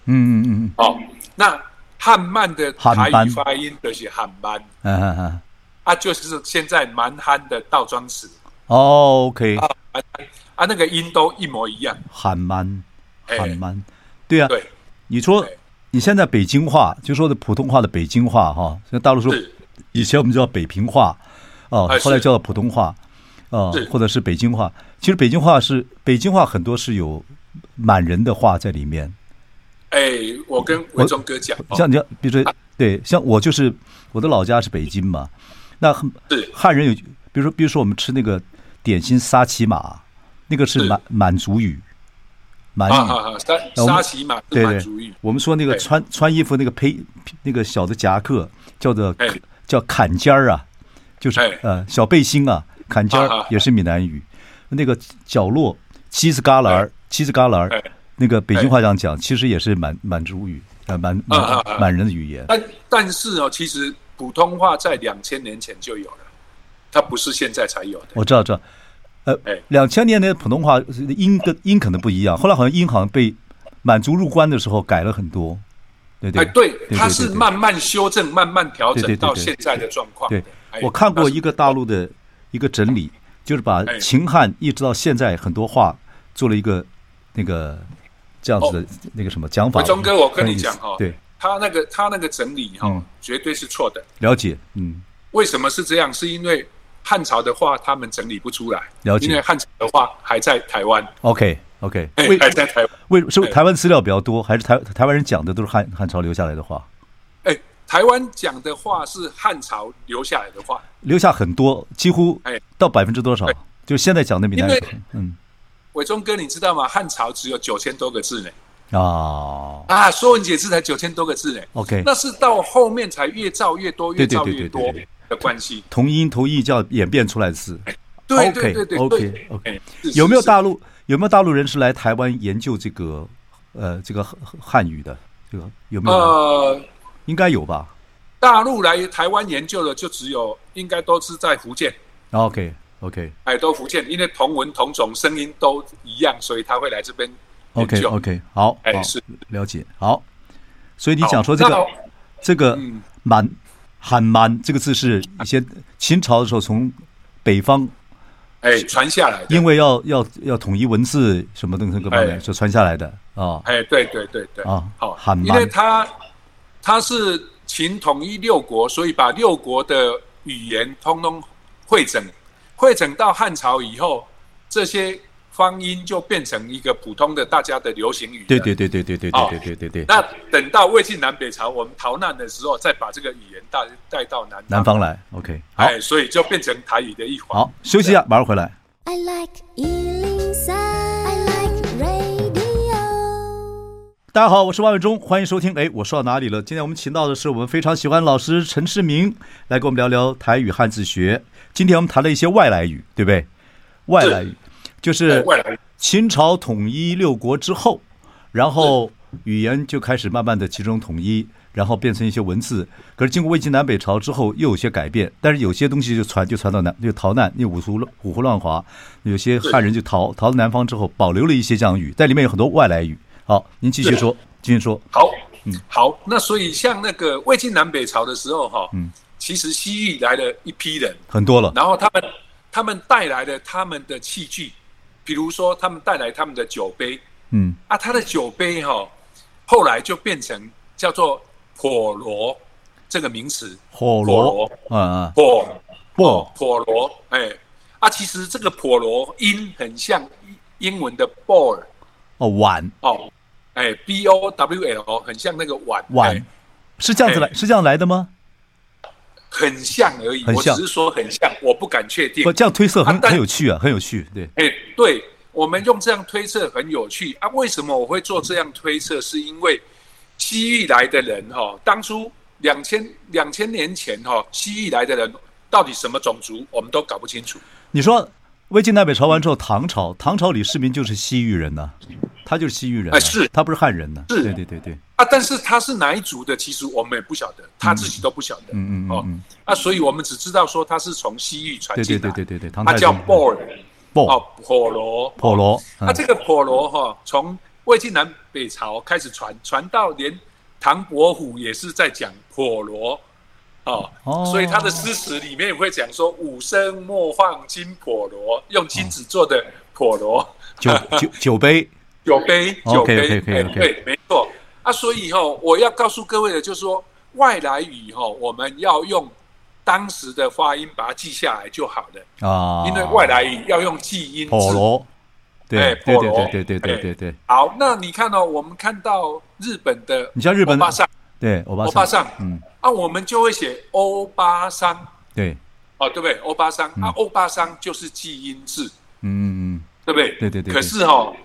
Speaker 1: 嗯嗯嗯
Speaker 3: 哦，那汉曼的台语发音就是汉曼
Speaker 1: 嗯啊啊啊
Speaker 3: 啊，就是现在蛮憨的倒装词
Speaker 1: 哦，OK，
Speaker 3: 啊，那个音都一模一样。
Speaker 1: 喊蛮
Speaker 3: 哎
Speaker 1: 喊蛮，对啊，
Speaker 3: 对，
Speaker 1: 你说
Speaker 3: 对
Speaker 1: 你现在北京话，就说的普通话的北京话哈，像大陆说
Speaker 3: 是
Speaker 1: 以前我们叫北平话，哦、
Speaker 3: 哎是
Speaker 1: 后来叫普通话，哦、
Speaker 3: 是
Speaker 1: 或者是北京话。其实北京话是北京话很多是有满人的话在里面，
Speaker 3: 哎，我跟
Speaker 1: 我
Speaker 3: 文忠哥讲，哦
Speaker 1: 像你要比如说对，像我就是我的老家是北京嘛，那很
Speaker 3: 是
Speaker 1: 汉人有，比如说比如说我们吃那个点心沙琪玛，那个是
Speaker 3: 是
Speaker 1: 满满族语，满
Speaker 3: 啊
Speaker 1: 语。
Speaker 3: 啊啊，沙
Speaker 1: 我们
Speaker 3: 沙琪玛是
Speaker 1: 对
Speaker 3: 满
Speaker 1: 对
Speaker 3: 族语，，
Speaker 1: 我们说那个
Speaker 3: 哎
Speaker 1: 穿穿衣服那个披那个小的夹克叫做
Speaker 3: 哎
Speaker 1: 叫坎肩儿啊，就是
Speaker 3: 哎
Speaker 1: 呃小背心啊，坎肩
Speaker 3: 啊
Speaker 1: 儿
Speaker 3: 啊
Speaker 1: 也是闽南语。那个角落七字旮旯儿，七字旮旯儿
Speaker 3: 哎，
Speaker 1: 那个北京话这样讲，其实也是满满族语啊，满
Speaker 3: 啊
Speaker 1: 满
Speaker 3: 啊啊
Speaker 1: 满人的语言。
Speaker 3: 但但是哦，其实普通话在两千年前就有了，它不是现在才有的。
Speaker 1: 我知道，知道。呃
Speaker 3: 哎，
Speaker 1: 两千年的普通话是音跟音可能不一样，后来好像音好像被满族入关的时候改了很多，对
Speaker 3: 哎，
Speaker 1: 对
Speaker 3: 对，它
Speaker 1: 对
Speaker 3: 是
Speaker 1: 对
Speaker 3: 慢慢修正、慢慢调
Speaker 1: 对对对
Speaker 3: 整到
Speaker 1: 对
Speaker 3: 现在的状况的。
Speaker 1: 对
Speaker 3: 哎，
Speaker 1: 我看过一
Speaker 3: 那
Speaker 1: 个大陆的一个整理，就是把
Speaker 3: 哎
Speaker 1: 秦汉一直到现在很多话做了一个那个这样子的那个什么讲法。
Speaker 3: 伟忠哥我跟
Speaker 1: 很
Speaker 3: 你
Speaker 1: 有意思
Speaker 3: 讲哦
Speaker 1: 对，
Speaker 3: 他那个他那个整理哈、哦
Speaker 1: 嗯
Speaker 3: 绝对是错的。
Speaker 1: 了解，嗯，
Speaker 3: 为什么是这样？是因为汉朝的话他们整理不出来，
Speaker 1: 了解
Speaker 3: 因为汉朝的话还在台湾，
Speaker 1: ，OK OK，
Speaker 3: 哎
Speaker 1: 为
Speaker 3: 还在台湾，
Speaker 1: 为是
Speaker 3: 哎
Speaker 1: 台湾资料比较多，还是台台湾人讲的都是汉汉朝留下来的话，
Speaker 3: 哎，台湾讲的话是汉朝留下来的话，
Speaker 1: 留下很多，几乎
Speaker 3: 哎
Speaker 1: 到百分之多少
Speaker 3: 哎？
Speaker 1: 就现在讲的闽南
Speaker 3: 因
Speaker 1: 语
Speaker 3: 为，
Speaker 1: 嗯
Speaker 3: 伟忠哥，你知道吗？汉朝只有九千多个字呢，
Speaker 1: 啊
Speaker 3: 啊，《说文解字》才九千多个字呢。
Speaker 1: ，OK，
Speaker 3: 那是到后面才越造越多，
Speaker 1: 对
Speaker 3: 越
Speaker 1: 对
Speaker 3: 造
Speaker 1: 对
Speaker 3: 越
Speaker 1: 对
Speaker 3: 多
Speaker 1: 对对，
Speaker 3: 的关系。
Speaker 1: 同音同义叫演变出来的字。
Speaker 3: 对
Speaker 1: OK，
Speaker 3: 对对对
Speaker 1: OK，
Speaker 3: 对
Speaker 1: OK
Speaker 3: 哎是是
Speaker 1: 有没有
Speaker 3: 是
Speaker 1: 大陆有没有大陆人是来台湾研究这个呃这个汉汉语的？这个有没有啊？
Speaker 3: 呃，
Speaker 1: 应该有吧
Speaker 3: 大陆来台湾研究的就只有，应该都是在福建，
Speaker 1: ？OK OK
Speaker 3: 哎，都福建，因为同文同种，声音都一样，所以他会来这边研
Speaker 1: OK
Speaker 3: 究。
Speaker 1: OK，好，
Speaker 3: 哎
Speaker 1: 好
Speaker 3: 是
Speaker 1: 了解好。所以你
Speaker 3: 好
Speaker 1: 讲说这
Speaker 3: 那
Speaker 1: 个
Speaker 3: 我
Speaker 1: 这个
Speaker 3: 嗯
Speaker 1: 满喊满这个字是以前秦朝的时候从北方
Speaker 3: 哎，传下来的，
Speaker 1: 因为要要要统一文字什么东西各方面
Speaker 3: 哎
Speaker 1: 就传下来的啊。
Speaker 3: 哎，对对对对，
Speaker 1: 啊
Speaker 3: 好
Speaker 1: 汉，
Speaker 3: 因为
Speaker 1: 满
Speaker 3: 他他是秦统一六国，所以把六国的语言通通汇整，汇整到汉朝以后，这些方音就变成一个普通的大家的流行语言。
Speaker 1: 对对对对对对
Speaker 3: 哦
Speaker 1: 对对对对对，
Speaker 3: 那等到魏晋南北朝我们逃难的时候，再把这个语言带带到南
Speaker 1: 南方来 OK 好
Speaker 3: 哎，所以就变成台语的一环。
Speaker 1: 好休息一下，马上回来。
Speaker 2: I like Ealing Sound. I like radio.
Speaker 1: 大家好，我是万伟忠，欢迎收听。哎，我说到哪里了？今天我们请到的是我们非常喜欢老师陈世明来跟我们聊聊台语汉字学。今天我们谈了一些外来语，对不对？外来语就是
Speaker 3: 哎外来语
Speaker 1: 秦朝统一六国之后，然后语言就开始慢慢的集中统一，然后变成一些文字。可是经过魏晋南北朝之后，又有些改变，但是有些东西就传就传到南，就逃难，又五胡乱五胡乱华，有些汉人就逃逃到南方之后，保留了一些这样的语，但里面有很多外来语。好，您继续
Speaker 3: 对
Speaker 1: 说，继续说。
Speaker 3: 好，
Speaker 1: 嗯
Speaker 3: 好，那所以像那个魏晋南北朝的时候，哈，嗯，其实西域来了一批人，
Speaker 1: 很多了。
Speaker 3: 然后他们他们带来了他们的器具，比如说他们带来他们的酒杯
Speaker 1: 嗯，
Speaker 3: 啊，他的酒杯哈、后来就变成叫做火罗这个名词，
Speaker 1: 火罗，啊啊，
Speaker 3: 火
Speaker 1: 不，
Speaker 3: 婆罗，哎，啊，其实这个婆罗音很像英文的 ball
Speaker 1: 哦，碗
Speaker 3: 哦，哎，b o w l 很像那个碗，
Speaker 1: 碗
Speaker 3: 哎
Speaker 1: 是这样子来，
Speaker 3: 哎
Speaker 1: 是这样来的吗？
Speaker 3: 很像而已。
Speaker 1: 很
Speaker 3: 我只
Speaker 1: 像
Speaker 3: 是说很像，我不敢确定
Speaker 1: 不，。这样推测很
Speaker 3: 啊但
Speaker 1: 很有趣啊，很有趣。对，
Speaker 3: 哎，对，我们用这样推测很有趣啊。为什么我会做这样推测？是因为西域来的人哈、哦，当初两千两千年前哈、哦，西域来的人到底什么种族，我们都搞不清楚。
Speaker 1: 你说魏晋南北朝完之后，唐朝，唐朝李世民就是西域人呐，他就是西域人啊，
Speaker 3: 哎是
Speaker 1: 他不是汉人呢？
Speaker 3: 是
Speaker 1: 对对对对，
Speaker 3: 啊，但是他是哪一族的，其实我们也不晓得，他自己都不晓
Speaker 1: 嗯
Speaker 3: 得。
Speaker 1: 嗯嗯嗯
Speaker 3: 哦
Speaker 1: 嗯，
Speaker 3: 啊，所以我们只知道说他是从西域传
Speaker 1: 对
Speaker 3: 进
Speaker 1: 对
Speaker 3: 来。
Speaker 1: 对对对对，唐
Speaker 3: 哦他
Speaker 1: 太嗯
Speaker 3: 叫
Speaker 1: 宗
Speaker 3: b o r 哦
Speaker 1: Bo，
Speaker 3: 婆罗。
Speaker 1: 火罗，
Speaker 3: 他
Speaker 1: 嗯
Speaker 3: 这个婆罗哈，从魏晋南北朝开始传，传到连唐伯虎也是在讲婆罗。哦，
Speaker 1: 哦
Speaker 3: 所以他的诗词里面也会讲说“五声莫放金婆罗”，用金子做的婆罗。
Speaker 1: 酒酒酒杯，
Speaker 3: 酒杯，酒
Speaker 1: OK，
Speaker 3: 杯，
Speaker 1: OK，OK，
Speaker 3: 哎
Speaker 1: OK
Speaker 3: 对，没错。啊，所以哈、我要告诉各位的就是说，外来语哈、我们要用当时的发音把它记下来就好了，
Speaker 1: 啊，
Speaker 3: 因为外来语要用记音字。
Speaker 1: 火罗，对
Speaker 3: 哎
Speaker 1: 对
Speaker 3: 火罗
Speaker 1: 对对对对
Speaker 3: 哎
Speaker 1: 对对，
Speaker 3: 好，那你看哦，我们看到日本的，
Speaker 1: 你像日本
Speaker 3: 欧巴桑，
Speaker 1: 对欧巴
Speaker 3: 欧巴
Speaker 1: 桑，
Speaker 3: 桑，
Speaker 1: 嗯，
Speaker 3: 啊，我们就会写欧巴桑，
Speaker 1: 对，
Speaker 3: 哦，对不对？欧巴桑、
Speaker 1: 嗯
Speaker 3: 啊，欧巴桑就是记音字，
Speaker 1: 嗯嗯
Speaker 3: 对不对？
Speaker 1: 对对对对
Speaker 3: 可是哈、哦，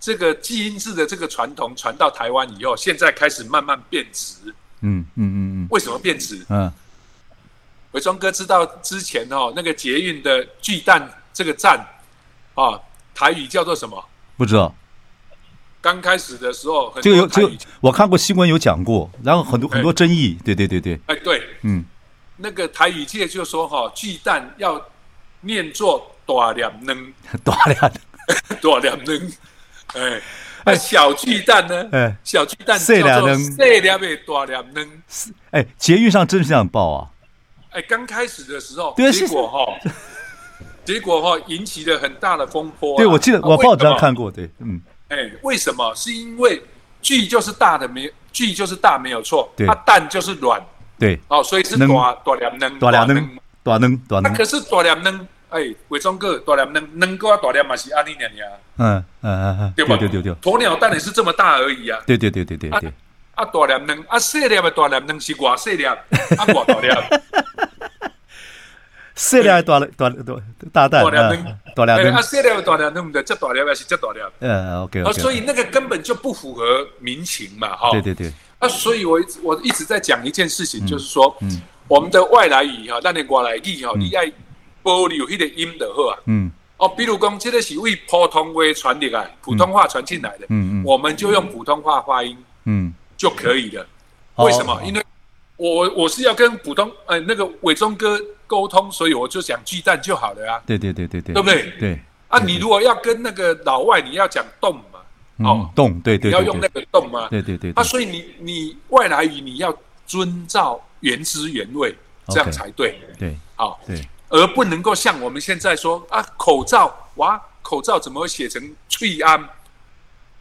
Speaker 3: 这个记音字的这个传统传到台湾以后，现在开始慢慢变质。
Speaker 1: 嗯嗯嗯嗯
Speaker 3: 为什么变质？
Speaker 1: 嗯
Speaker 3: 伟忠哥知道之前哦，那个捷运的巨蛋这个站啊，台语叫做什么？
Speaker 1: 嗯，不知道。
Speaker 3: 刚开始的时候，很
Speaker 1: 这
Speaker 3: 多
Speaker 1: 个有
Speaker 3: 台
Speaker 1: 这
Speaker 3: 语
Speaker 1: 个，我看过新闻有讲过，然后很多
Speaker 3: 对
Speaker 1: 很多争议，对对对对，
Speaker 3: 哎，对，
Speaker 1: 嗯，
Speaker 3: 那个台语界就说哈、巨蛋要念作大两能，
Speaker 1: 大量的，
Speaker 3: 大两能，哎，
Speaker 1: 哎
Speaker 3: 哎，小巨蛋呢？
Speaker 1: 哎
Speaker 3: 小巨蛋
Speaker 1: 小
Speaker 3: 叫
Speaker 1: 两
Speaker 3: 做
Speaker 1: 能
Speaker 3: 细两的大两能。
Speaker 1: 哎，捷运上真是这样报啊，
Speaker 3: 哎，刚开始的时候，
Speaker 1: 对啊
Speaker 3: 结
Speaker 1: 是
Speaker 3: 果哈、结果哈、引起了很大的风波啊、
Speaker 1: 对我记得
Speaker 3: 啊
Speaker 1: 我报纸上。
Speaker 3: 为什么
Speaker 1: 看过，对，嗯，
Speaker 3: 哎，为什么？是因为巨就是大的没巨就是大没有错，
Speaker 1: 对
Speaker 3: 它蛋就是卵
Speaker 1: 对，
Speaker 3: 哦，所以是
Speaker 1: 能
Speaker 3: 短短两能
Speaker 1: 大嗯量能，大能，大
Speaker 3: 那
Speaker 1: 能，
Speaker 3: 啊可是短两能，哎，伟忠哥，短两能能够啊，短两嘛是安尼娘娘，
Speaker 1: 嗯嗯嗯嗯，
Speaker 3: 对
Speaker 1: 对
Speaker 3: 吧？
Speaker 1: 对对对，
Speaker 3: 鸵鸟蛋也是这么大而已啊。
Speaker 1: 对对对对对对，
Speaker 3: 啊，大两能啊，细粒的大两能是偌细 粒，啊，偌大粒，
Speaker 1: 四两大大大大蛋
Speaker 3: 大，两
Speaker 1: 嗯
Speaker 3: 能，
Speaker 1: 大量
Speaker 3: 哎啊，
Speaker 1: 能，
Speaker 3: 细粒的大两能，毋着这大粒还是这大粒？
Speaker 1: 嗯，OK
Speaker 3: 啊，
Speaker 1: OK，
Speaker 3: 所以哦那个根本就不符合民情嘛，哈。
Speaker 1: 对对对，嗯
Speaker 3: 啊，所以我一直我一直在讲一件事情，就是说，我们的外来语哈，咱的外来语哈，你要保留迄个音就好啊。
Speaker 1: 嗯
Speaker 3: 哦，比如讲，这个是为普通话传进来，普通话传进来的，
Speaker 1: 嗯嗯
Speaker 3: 我们就用普通话发音
Speaker 1: 嗯，
Speaker 3: 就可以了。
Speaker 1: 哦
Speaker 3: 为什么
Speaker 1: 哦？
Speaker 3: 因为我我是要跟普通呃那个伟忠哥沟通，所以我就讲巨蛋就好了啊。
Speaker 1: 对对对对对，
Speaker 3: 对不对
Speaker 1: 对
Speaker 3: 啊，
Speaker 1: 对
Speaker 3: 你如果要跟那个老外，你要讲动嘛，
Speaker 1: 嗯
Speaker 3: 哦，
Speaker 1: 动，对对
Speaker 3: 你要用那
Speaker 1: 对
Speaker 3: 个动嘛。
Speaker 1: 对对对
Speaker 3: 啊，
Speaker 1: 对，
Speaker 3: 所以你你外来语你要遵照原汁原味，这样
Speaker 1: OK
Speaker 3: 才对。
Speaker 1: 对
Speaker 3: 好，
Speaker 1: 对，
Speaker 3: 而不能够像我们现在说啊，口罩哇，口罩怎么会写成翠安？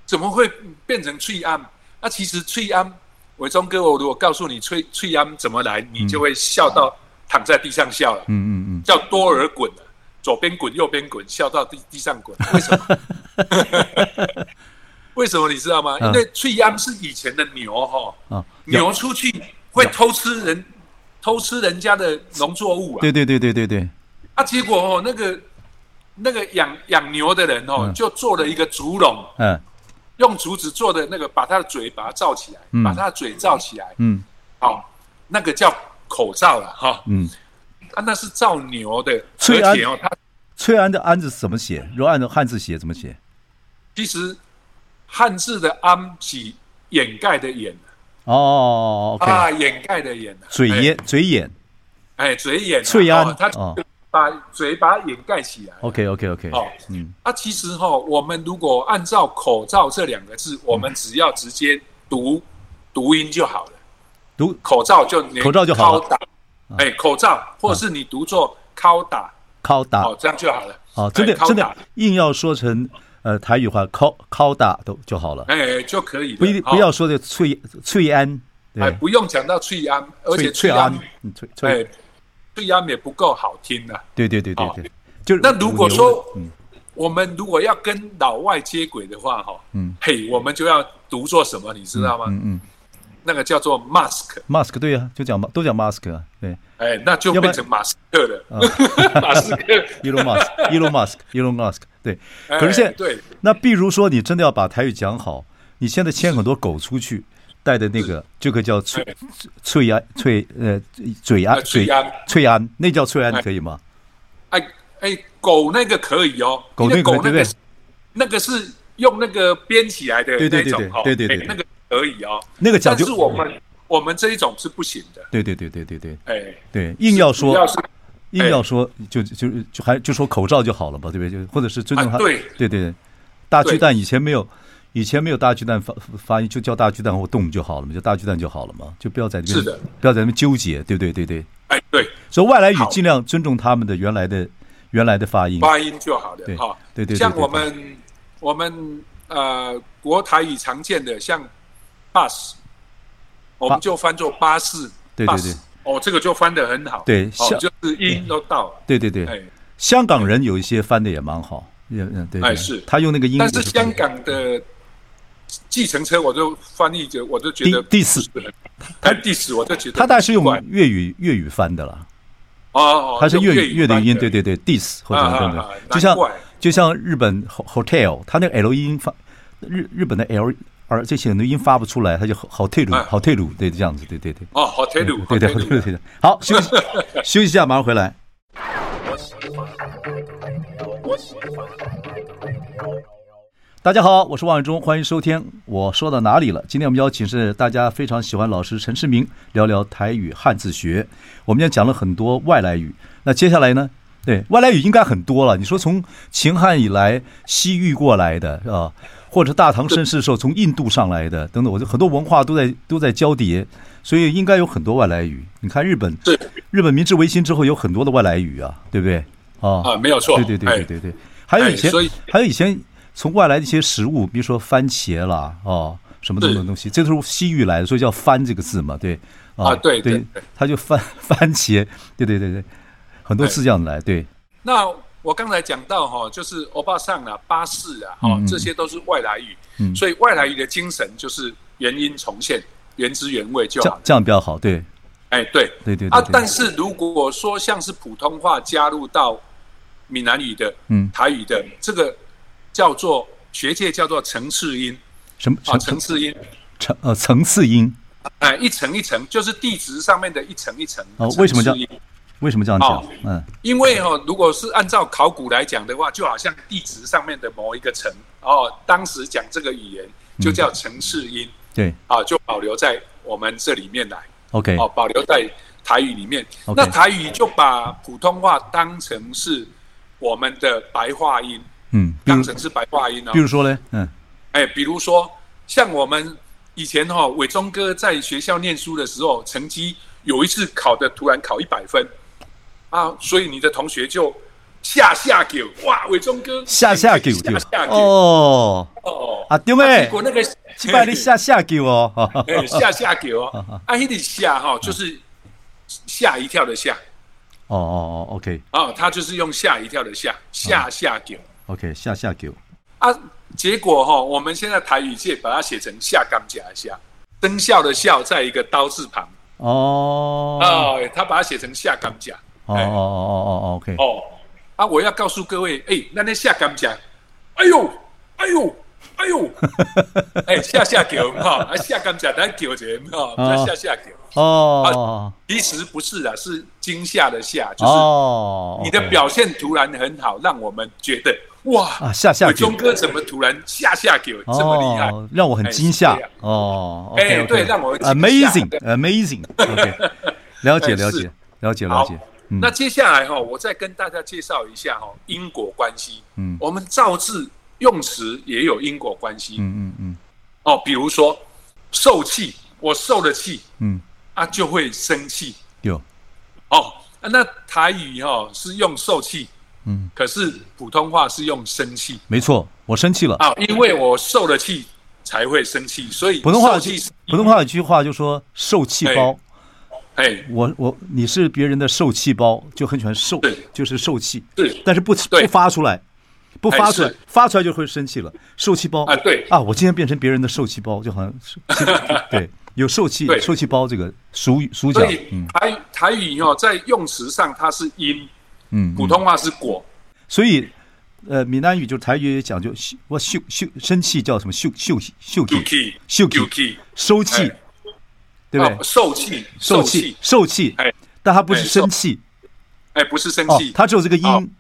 Speaker 3: 怎么会变成翠安？那、其实翠安，伟忠哥，我如果告诉你翠翠安怎么来，你就会笑到躺在地上笑了，
Speaker 1: 嗯嗯
Speaker 3: 叫多尔滚了，左边滚，右边滚，笑到地地上滚。为什么？ 为什么你知道吗？
Speaker 1: 嗯
Speaker 3: 因为翠安是以前的牛哈，
Speaker 1: 嗯啊，有
Speaker 3: 牛出去会偷吃人，偷吃人家的农作物啊。
Speaker 1: 对对对对对对，
Speaker 3: 啊，结果哦，那个那个养养牛的人哦，
Speaker 1: 嗯
Speaker 3: 就做了一个竹笼，
Speaker 1: 嗯
Speaker 3: 用竹子做的那个，把他的嘴把它罩起来，
Speaker 1: 嗯
Speaker 3: 把他的嘴罩起来，
Speaker 1: 嗯
Speaker 3: 好、那个叫口罩了哈、
Speaker 1: 嗯，
Speaker 3: 啊，那是罩牛的，
Speaker 1: 所以
Speaker 3: 而且哦，它
Speaker 1: 翠安的安字怎么写？如果按照汉字写怎么写？
Speaker 3: 其实汉字的安是掩盖的掩
Speaker 1: 哦，OK，
Speaker 3: 啊，掩盖的掩，
Speaker 1: 嘴眼嘴眼
Speaker 3: 哎，哎，嘴掩啊，
Speaker 1: 翠安
Speaker 3: 哦它
Speaker 1: 哦
Speaker 3: 把嘴把它掩盖起来。
Speaker 1: ，OK OK OK，
Speaker 3: 哦
Speaker 1: 嗯
Speaker 3: 啊，其实哈、我们如果按照口罩这两个字，我们只要直接读读音就好了，
Speaker 1: 读
Speaker 3: 口罩就连
Speaker 1: 口罩就好了啊
Speaker 3: 敲打，哎、口罩，或者是你读作敲打，
Speaker 1: 敲打
Speaker 3: 哦，这样就好了。
Speaker 1: 啊，真的
Speaker 3: 哎敲
Speaker 1: 真
Speaker 3: 打
Speaker 1: 的硬要说成呃台语话敲敲打都就好了，
Speaker 3: 哎、就可以了。
Speaker 1: 不一定
Speaker 3: 哦
Speaker 1: 不要说的翠翠安，
Speaker 3: 哎，
Speaker 1: 对，
Speaker 3: 不用讲到翠安，而且
Speaker 1: 翠翠
Speaker 3: 安
Speaker 1: 安，，嗯翠
Speaker 3: 哎
Speaker 1: 翠，，
Speaker 3: 翠安也不够好听了、
Speaker 1: 对对对对
Speaker 3: 哦
Speaker 1: 对，就是
Speaker 3: 那如果
Speaker 1: 五牛
Speaker 3: 说
Speaker 1: 的嗯
Speaker 3: 我们如果要跟老外接轨的话，哈，
Speaker 1: 嗯，
Speaker 3: 嘿，我们就要读作什么，你知道吗？
Speaker 1: 嗯嗯
Speaker 3: 那个叫做 mask，
Speaker 1: ，mask 对啊，就讲都讲 mask 啊，对
Speaker 3: 哎，那就
Speaker 1: 要不然啊
Speaker 3: 变成马斯克了。 马斯 克，
Speaker 1: ，Elon Musk，Elon Musk，Elon Musk，对，可是
Speaker 3: 哎
Speaker 1: 现在
Speaker 3: 对
Speaker 1: 那比如说，你真的要把台语讲好，你现在牵很多狗出去，带的那个这个叫翠翠安翠呃嘴安
Speaker 3: 呃嘴哎安
Speaker 1: 翠安，那叫翠安可以吗？
Speaker 3: 哎哎，狗那个可以哦，
Speaker 1: 狗
Speaker 3: 因为
Speaker 1: 那个
Speaker 3: 狗
Speaker 1: 对
Speaker 3: 那
Speaker 1: 不对
Speaker 3: 个是那个是用那个编起来的
Speaker 1: 对对
Speaker 3: 那
Speaker 1: 对
Speaker 3: 种哦，
Speaker 1: 对对对
Speaker 3: 哎
Speaker 1: 对
Speaker 3: 那个可以哦。
Speaker 1: 那个讲
Speaker 3: 但
Speaker 1: 究
Speaker 3: 是我们我们这一种是不行的，
Speaker 1: 对对对对对对
Speaker 3: 哎，
Speaker 1: 对，硬要说
Speaker 3: 主要是哎
Speaker 1: 硬要说就就就还就说口罩就好了嘛，对不对？就或者是尊重
Speaker 3: 啊
Speaker 1: 他，
Speaker 3: 对
Speaker 1: 对对对，大巨蛋以前没有。以前没有大巨蛋发发音，就叫大巨蛋或动就好了嘛，就大巨蛋就好了嘛，就不要在那边
Speaker 3: 是的
Speaker 1: 不要在那边纠结，对不对？对对，
Speaker 3: 哎对，
Speaker 1: 所以外来语
Speaker 3: 好
Speaker 1: 尽量尊重他们的原来的原来的发音。
Speaker 3: 发音就好了
Speaker 1: 对
Speaker 3: 哈。
Speaker 1: 对对对
Speaker 3: 像
Speaker 1: 对
Speaker 3: 我们我们呃国台语常见的像 bus，我们就翻作巴士，
Speaker 1: 对对
Speaker 3: bus
Speaker 1: 对，
Speaker 3: 哦，这个就翻得很好，
Speaker 1: 对
Speaker 3: 哦
Speaker 1: 像
Speaker 3: 就是音都到了，
Speaker 1: 对对对，
Speaker 3: 哎。
Speaker 1: 香港人有一些翻的也蛮好，也嗯对对，
Speaker 3: 哎是
Speaker 1: 他用那个英语，
Speaker 3: 但是香港的计程车，我就翻译着，我就觉得
Speaker 1: 第第四
Speaker 3: 不是很，他第四我就觉得
Speaker 1: 他大概是用
Speaker 3: 很怪
Speaker 1: 粤语粤语翻的啦，
Speaker 3: 哦哦，
Speaker 1: 他是粤
Speaker 3: 语
Speaker 1: 粤的
Speaker 3: 翻
Speaker 1: 音，对对对，dis 或者
Speaker 3: 啊
Speaker 1: 什
Speaker 3: 啊啊
Speaker 1: 么
Speaker 3: 难
Speaker 1: 就像
Speaker 3: 怪
Speaker 1: 就像日本 ho- hotel，他那个 l 音发日日本的 l 而这些很多音发不出来，他就 hotel
Speaker 3: 哎
Speaker 1: hotel 对这样子，对对对。
Speaker 3: 哦，hotel
Speaker 1: 对对
Speaker 3: hotel
Speaker 1: 对对对，好，休息休息一下，马上回来。大家好，我是王伟忠，欢迎收听。我说到哪里了？今天我们邀请是大家非常喜欢老师陈世明聊聊台语汉字学。我们今天讲了很多外来语，那接下来呢？对外来语应该很多了。你说从秦汉以来西域过来的啊，或者大唐盛世的时候从印度上来的等等，我就很多文化都在都在交叠，所以应该有很多外来语。你看日本，
Speaker 3: 是
Speaker 1: 日本明治维新之后有很多的外来语啊，对不对？啊
Speaker 3: 啊，没有错，
Speaker 1: 对对对对
Speaker 3: 哎，
Speaker 1: 对对，还有以前
Speaker 3: 哎所以，
Speaker 1: 还有以前从外来的一些食物，比如说番茄啦，哦，什么等等
Speaker 3: 对
Speaker 1: 东西，这都是西域来的，所以叫“番”这个字嘛，对，哦
Speaker 3: 啊对对
Speaker 1: 对
Speaker 3: 对，
Speaker 1: 它就番 番茄，对对对对，很
Speaker 3: 哎
Speaker 1: 多字这样来，对，
Speaker 3: 那我刚才讲到哈，就是欧巴桑啊、巴士啊，哦
Speaker 1: 嗯嗯，
Speaker 3: 这些都是外来语
Speaker 1: 嗯，
Speaker 3: 所以外来语的精神就是原音重现、原汁原味就
Speaker 1: 这
Speaker 3: 好
Speaker 1: 样。这样比较好，对，
Speaker 3: 哎，对
Speaker 1: 对对对
Speaker 3: 啊
Speaker 1: 对，
Speaker 3: 但是如果说像是普通话加入到闽南语的、
Speaker 1: 嗯
Speaker 3: 台语的，这个叫做学界叫做层次音
Speaker 1: 什么
Speaker 3: 啊，
Speaker 1: 层
Speaker 3: 层次音，
Speaker 1: 层呃层次音
Speaker 3: 哎，一层一层，就是地质上面的一层一层。
Speaker 1: 哦为什么叫
Speaker 3: 层次音
Speaker 1: 为什么这样讲
Speaker 3: 哦？
Speaker 1: 嗯，
Speaker 3: 因为哦，如果是按照考古来讲的话，就好像地质上面的某一个层哦，当时讲这个语言就叫城市音
Speaker 1: 对
Speaker 3: 啊、就保留在我们这里面来
Speaker 1: ，OK，
Speaker 3: 哦，保留在台语里面。
Speaker 1: 嗯 OK
Speaker 3: 那台语就把普通话当成是我们的白话音，
Speaker 1: 嗯，比如
Speaker 3: 当成是白话音哦
Speaker 1: 比。如说嘞，嗯，
Speaker 3: 哎，比如说像我们以前哈、哦，伟忠哥在学校念书的时候，成绩有一次考的突然考一百分啊，所以你的同学就下下给哇，伟忠哥哎
Speaker 1: 下下九
Speaker 3: 下
Speaker 1: 对
Speaker 3: 下给哦
Speaker 1: 哦，啊对
Speaker 3: 啊
Speaker 1: 妹
Speaker 3: 结，果那个
Speaker 1: 击败你下下九 哦，哈哈
Speaker 3: 哎下下给哦，啊，那个下哈、就是吓一跳的吓
Speaker 1: 哦哦哦，OK
Speaker 3: 啊，他就是用吓一跳的吓下下给
Speaker 1: OK，下下九，
Speaker 3: 啊，结果哈、我们现在台语界把它写成下钢甲的下，生肖的肖在一个刀字旁。
Speaker 1: 哦，
Speaker 3: 啊、他把它写成下甘蔗。
Speaker 1: 哦哦哦
Speaker 3: 哎
Speaker 1: 哦哦，OK，
Speaker 3: 哦，啊，我要告诉各位，哎、那那下甘蔗，哎呦，哎呦，哎呦，哎、下下球哈，啊下甘蔗，咱球人哈，
Speaker 1: 哦
Speaker 3: 叫下下球。
Speaker 1: 哦
Speaker 3: 其实不是啊，是惊吓的吓，啊就是
Speaker 1: 哦，
Speaker 3: 你的
Speaker 1: OK
Speaker 3: 表现突然很好，让我们觉得哇，
Speaker 1: 啊下下
Speaker 3: 伟
Speaker 1: 九
Speaker 3: 忠哥怎么突然下下球这么厉害？
Speaker 1: 哦，让我很
Speaker 3: 哎
Speaker 1: 惊
Speaker 3: 是这
Speaker 1: 吓
Speaker 3: 样
Speaker 1: 哦。
Speaker 3: 哎
Speaker 1: OK，OK
Speaker 3: 对让我惊吓
Speaker 1: amazing，amazing，OK，了 解
Speaker 3: 哎
Speaker 1: 了解
Speaker 3: 是
Speaker 1: 了解了
Speaker 3: 好
Speaker 1: 解，，嗯
Speaker 3: 那接下来哈、我再跟大家介绍一下哈、因果关系。
Speaker 1: 嗯
Speaker 3: 我们造字用词也有因果关系、
Speaker 1: 嗯嗯嗯
Speaker 3: 哦，比如说受气，我受了气
Speaker 1: 嗯，
Speaker 3: 啊，就会生气
Speaker 1: 有
Speaker 3: 哦。啊那台语哈、是用受气，
Speaker 1: 嗯，
Speaker 3: 可是普通话是用生气
Speaker 1: 没错，我生气了。
Speaker 3: 啊，因为我受了气才会生气，所以
Speaker 1: 普通话
Speaker 3: 受
Speaker 1: 有
Speaker 3: 气
Speaker 1: 句
Speaker 3: 是
Speaker 1: 普通话有句话就说受气包，
Speaker 3: 哎
Speaker 1: 我我你是别人的受气包，就很喜欢受
Speaker 3: 对，
Speaker 1: 就是受气，
Speaker 3: 是
Speaker 1: 但是不
Speaker 3: 对
Speaker 1: 不发出来，不
Speaker 3: 哎
Speaker 1: 发出来
Speaker 3: 是，
Speaker 1: 发出来就会生气了。受气包
Speaker 3: 啊对
Speaker 1: 啊，我今天变成别人的受气包，就好像是 对有受气
Speaker 3: 对
Speaker 1: 受气包这个俗语俗讲
Speaker 3: 所，以
Speaker 1: 嗯
Speaker 3: 台、台语哦，在用词上它是因，
Speaker 1: 嗯，
Speaker 3: 普通话是果。
Speaker 1: 所以，呃，闽南语就台语也讲究，咻我秀秀生气叫什么秀秀秀
Speaker 3: 丢
Speaker 1: 气
Speaker 3: 气，
Speaker 1: 秀
Speaker 3: 丢
Speaker 1: 嗯气
Speaker 3: 气，
Speaker 1: 收气
Speaker 3: 哎，
Speaker 1: 对不对
Speaker 3: 啊？受气，
Speaker 1: 受
Speaker 3: 气
Speaker 1: 气，受气
Speaker 3: 哎，
Speaker 1: 但它不是
Speaker 3: 哎受
Speaker 1: 生气
Speaker 3: 哎，不是生
Speaker 1: 哦
Speaker 3: 气，，
Speaker 1: 它只有这个
Speaker 3: 哦
Speaker 1: 音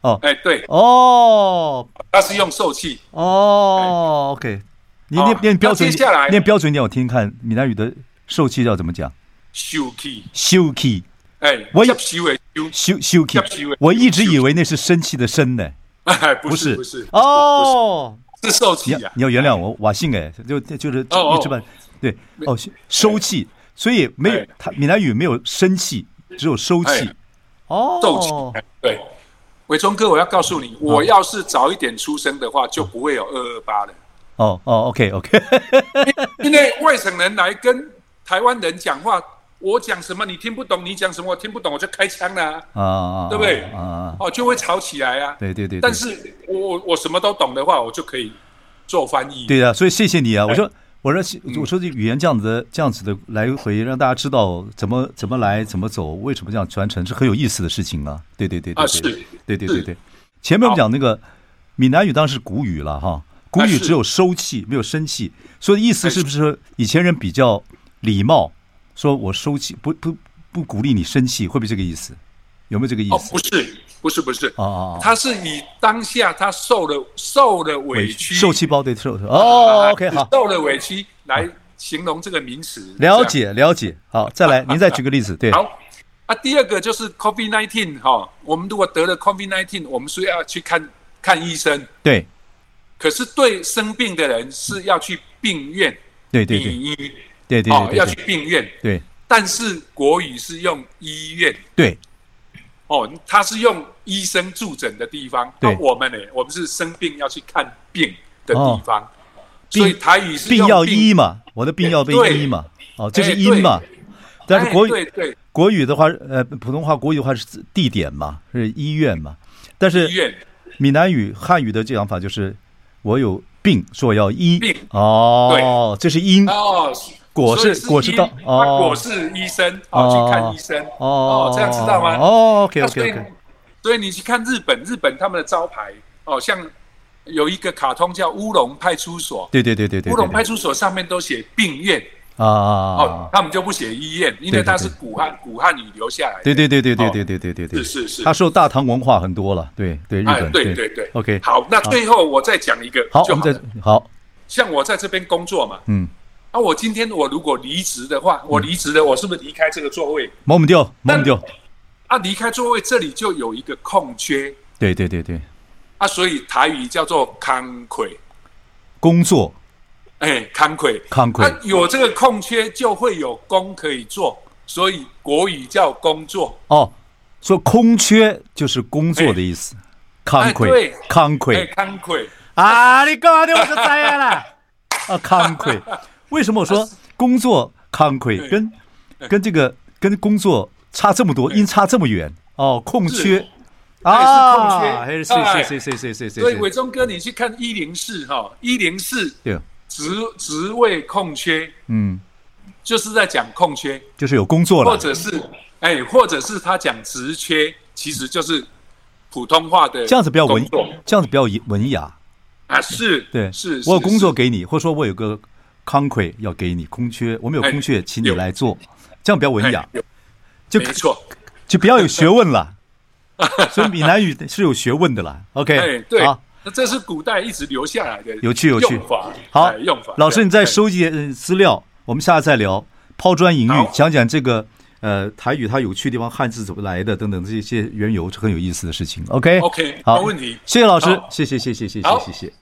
Speaker 1: 哦
Speaker 3: 哎，对，
Speaker 1: 哦
Speaker 3: 他是用受气，
Speaker 1: 哦，OK，你
Speaker 3: 哦
Speaker 1: 念念标准
Speaker 3: 那接下来，
Speaker 1: 念标准点我听听看闽南语的受气要怎么讲？
Speaker 3: 受气，
Speaker 1: 羞气，
Speaker 3: 哎，
Speaker 1: 我
Speaker 3: 接
Speaker 1: 也
Speaker 3: 受的羞，
Speaker 1: 羞羞气
Speaker 3: 要羞的，
Speaker 1: 我一直
Speaker 3: 羞
Speaker 1: 以为那是生气的生呢，
Speaker 3: 哎，不
Speaker 1: 不
Speaker 3: 是
Speaker 1: 是
Speaker 3: 不是，不
Speaker 1: 哦。
Speaker 3: 是，是受
Speaker 1: 你
Speaker 3: 气
Speaker 1: 要
Speaker 3: 啊，
Speaker 1: 你要原谅我，瓦信哎，就就是
Speaker 3: 哦哦
Speaker 1: 一直把对哦收气，所以没有
Speaker 3: 哎
Speaker 1: 他闽南语没有生气，只有收气
Speaker 3: 哎。受气
Speaker 1: 哦，，
Speaker 3: 哎对。伟忠哥，我要告诉你，我要是早一点出生的话，就不会有二二 八了。
Speaker 1: 哦哦，OK OK，
Speaker 3: 因为外省人来跟台湾人讲话，我讲什么你听不懂，你讲什么我听不懂，我就开枪啦、啊，
Speaker 1: 啊啊，
Speaker 3: 对不对
Speaker 1: 啊啊，
Speaker 3: 哦，就会吵起来啊。
Speaker 1: 对对对，对
Speaker 3: 但是我我我什么都懂的话，我就可以做翻译。
Speaker 1: 对啊，所以谢谢你啊，
Speaker 3: 哎
Speaker 1: 我说。我说，
Speaker 3: 嗯
Speaker 1: 我说这语言这样子的、这样子的来回，让大家知道怎么怎么来、怎么走，为什么这样传承，是很有意思的事情啊！对对对对
Speaker 3: 啊
Speaker 1: 对
Speaker 3: 是
Speaker 1: 对对
Speaker 3: 是
Speaker 1: 对对。前面我们讲那个闽南语当然是古语了哈，古
Speaker 3: 啊
Speaker 1: 语
Speaker 3: 是
Speaker 1: 只有收气，没有生气，所以意思
Speaker 3: 哎
Speaker 1: 是不是以前人比较礼貌，说我收气，不不不鼓励你生气，会不会这个意思？有没有这个意
Speaker 3: 哦，
Speaker 1: 思？
Speaker 3: 不是，不是，不是，
Speaker 1: 哦哦哦
Speaker 3: 他是以当下他受了受了委屈，啊
Speaker 1: 受气包对受哦，OK 好，
Speaker 3: 受了委屈来形容这个名词。
Speaker 1: 了解了解，好，再来，您再举个例子，对
Speaker 3: 这，样。好，啊，第二个就是 COVID nineteen 哈、我们如果得了 COVID nineteen，我们是要去看看医生，
Speaker 1: 对
Speaker 3: 可是对生病的人是要去病院
Speaker 1: 对对对
Speaker 3: 病医，
Speaker 1: 对对
Speaker 3: 哦
Speaker 1: 对，对
Speaker 3: 要
Speaker 1: 对
Speaker 3: 去病院。
Speaker 1: 对
Speaker 3: 但是国语是用医院。
Speaker 1: 对
Speaker 3: 哦，他是用医生住诊的地方，
Speaker 1: 对
Speaker 3: 那我们呢，我们是生病要去看病的地方，
Speaker 1: 哦病
Speaker 3: 所以台语是
Speaker 1: 病
Speaker 3: 用
Speaker 1: 要医嘛，我的病要被
Speaker 3: 对
Speaker 1: 医嘛，哦，这是
Speaker 3: 哎
Speaker 1: 因
Speaker 3: 对
Speaker 1: 嘛，但是
Speaker 3: 哎
Speaker 1: 国
Speaker 3: 对
Speaker 1: 语
Speaker 3: 对
Speaker 1: 国语的话，呃，普通话国语的话是地点嘛，是医院嘛，但
Speaker 3: 医
Speaker 1: 是
Speaker 3: 院
Speaker 1: 闽南语汉语的讲法就是我有病，说我要医
Speaker 3: 病，
Speaker 1: 哦，这是因，
Speaker 3: 哦，
Speaker 1: 果
Speaker 3: 所以
Speaker 1: 是果是
Speaker 3: 医
Speaker 1: 到
Speaker 3: 他
Speaker 1: 哦
Speaker 3: 果是医生哦，去看医生
Speaker 1: 哦，
Speaker 3: 这样知道吗？
Speaker 1: 哦，OK
Speaker 3: 那
Speaker 1: OK
Speaker 3: 所以
Speaker 1: OK，
Speaker 3: 所以你去看日本，日本他们的招牌哦，像有一个卡通叫乌龙派出所，
Speaker 1: 对对对对对，
Speaker 3: 乌龙派
Speaker 1: 对
Speaker 3: 出所上面都写病院
Speaker 1: 啊啊啊
Speaker 3: 哦
Speaker 1: 啊，！
Speaker 3: 他们就不写医院，因为它是
Speaker 1: 对
Speaker 3: 古汉古汉语留下来的。
Speaker 1: 对对对对对
Speaker 3: 哦
Speaker 1: 对对对对对，
Speaker 3: 是是是
Speaker 1: 他受大唐文化很多了，对对，日
Speaker 3: 哎
Speaker 1: 本，
Speaker 3: 对对对
Speaker 1: OK，
Speaker 3: 好，那最后我再讲一个，
Speaker 1: 好，
Speaker 3: 就
Speaker 1: 我
Speaker 3: 好
Speaker 1: 们
Speaker 3: 了。
Speaker 1: 再好，
Speaker 3: 像我在这边工作嘛，
Speaker 1: 嗯，
Speaker 3: 啊，我今天我如果离职的话，我离职了，我是不是离开这个座位？
Speaker 1: 蒙不掉，
Speaker 3: 那
Speaker 1: 蒙不掉，
Speaker 3: 啊，离开座位这里就有一个空缺
Speaker 1: 对对对对，
Speaker 3: 啊，所以台语叫做康魁，
Speaker 1: 工作
Speaker 3: 哎，康魁，
Speaker 1: 康
Speaker 3: 啊
Speaker 1: 亏，，
Speaker 3: 有这个空缺就会有工可以做，所以国语叫工作。
Speaker 1: 哦，说空缺就是工作的意思，康
Speaker 3: 哎
Speaker 1: 亏
Speaker 3: 对，
Speaker 1: 康
Speaker 3: 哎
Speaker 1: 亏，，
Speaker 3: 康魁，
Speaker 1: 啊，你干嘛的？我就栽了 啦！啊，康亏，为什么我说工作康亏
Speaker 3: 对
Speaker 1: 跟跟这个跟工作差这么多，
Speaker 3: 对
Speaker 1: 音差这么远？哦，空缺
Speaker 3: 是它
Speaker 1: 还
Speaker 3: 也
Speaker 1: 是
Speaker 3: 是空缺
Speaker 1: 谁
Speaker 3: 哎
Speaker 1: 谁谁谁谁谁
Speaker 3: 所以伟
Speaker 1: 谁？
Speaker 3: 忠哥，你去看一零四哈，一零四
Speaker 1: 对，
Speaker 3: 职职位空缺，
Speaker 1: 嗯，
Speaker 3: 就是在讲空缺，
Speaker 1: 就是有工作
Speaker 3: 或
Speaker 1: 了，
Speaker 3: 者是哎，或者是他讲职缺，其实就是普通话的
Speaker 1: 这样子比较文
Speaker 3: 工作，
Speaker 1: 这样子比较文雅。
Speaker 3: 啊，是，
Speaker 1: 对，
Speaker 3: 是，
Speaker 1: 我有
Speaker 3: 是
Speaker 1: 工作
Speaker 3: 是
Speaker 1: 给你，或者说我有个康亏要给你空缺，我们有
Speaker 3: 哎
Speaker 1: 空缺，请你
Speaker 3: 有
Speaker 1: 来做，这样比较文雅
Speaker 3: 哎，有
Speaker 1: 啊就
Speaker 3: 没错，
Speaker 1: 就比较有学问了。 所以闽南语是有学问的啦。
Speaker 3: 哎，
Speaker 1: OK，
Speaker 3: 对
Speaker 1: 好。，
Speaker 3: 那这是古代一直留下来的，
Speaker 1: 有趣有趣
Speaker 3: 用法，
Speaker 1: 好
Speaker 3: 哎用法。
Speaker 1: 老师，
Speaker 3: 对
Speaker 1: 你再
Speaker 3: 哎
Speaker 1: 收集呃资料，我们下次再聊。抛砖引玉
Speaker 3: 好，
Speaker 1: 讲讲这个呃台语它有趣的地方，汉字怎么来的等等这些缘由，是很有意思的事情。OK
Speaker 3: OK，
Speaker 1: 好，
Speaker 3: 没问题
Speaker 1: 谢谢老师
Speaker 3: 好，
Speaker 1: 谢谢谢谢谢谢
Speaker 3: 好
Speaker 1: 谢谢。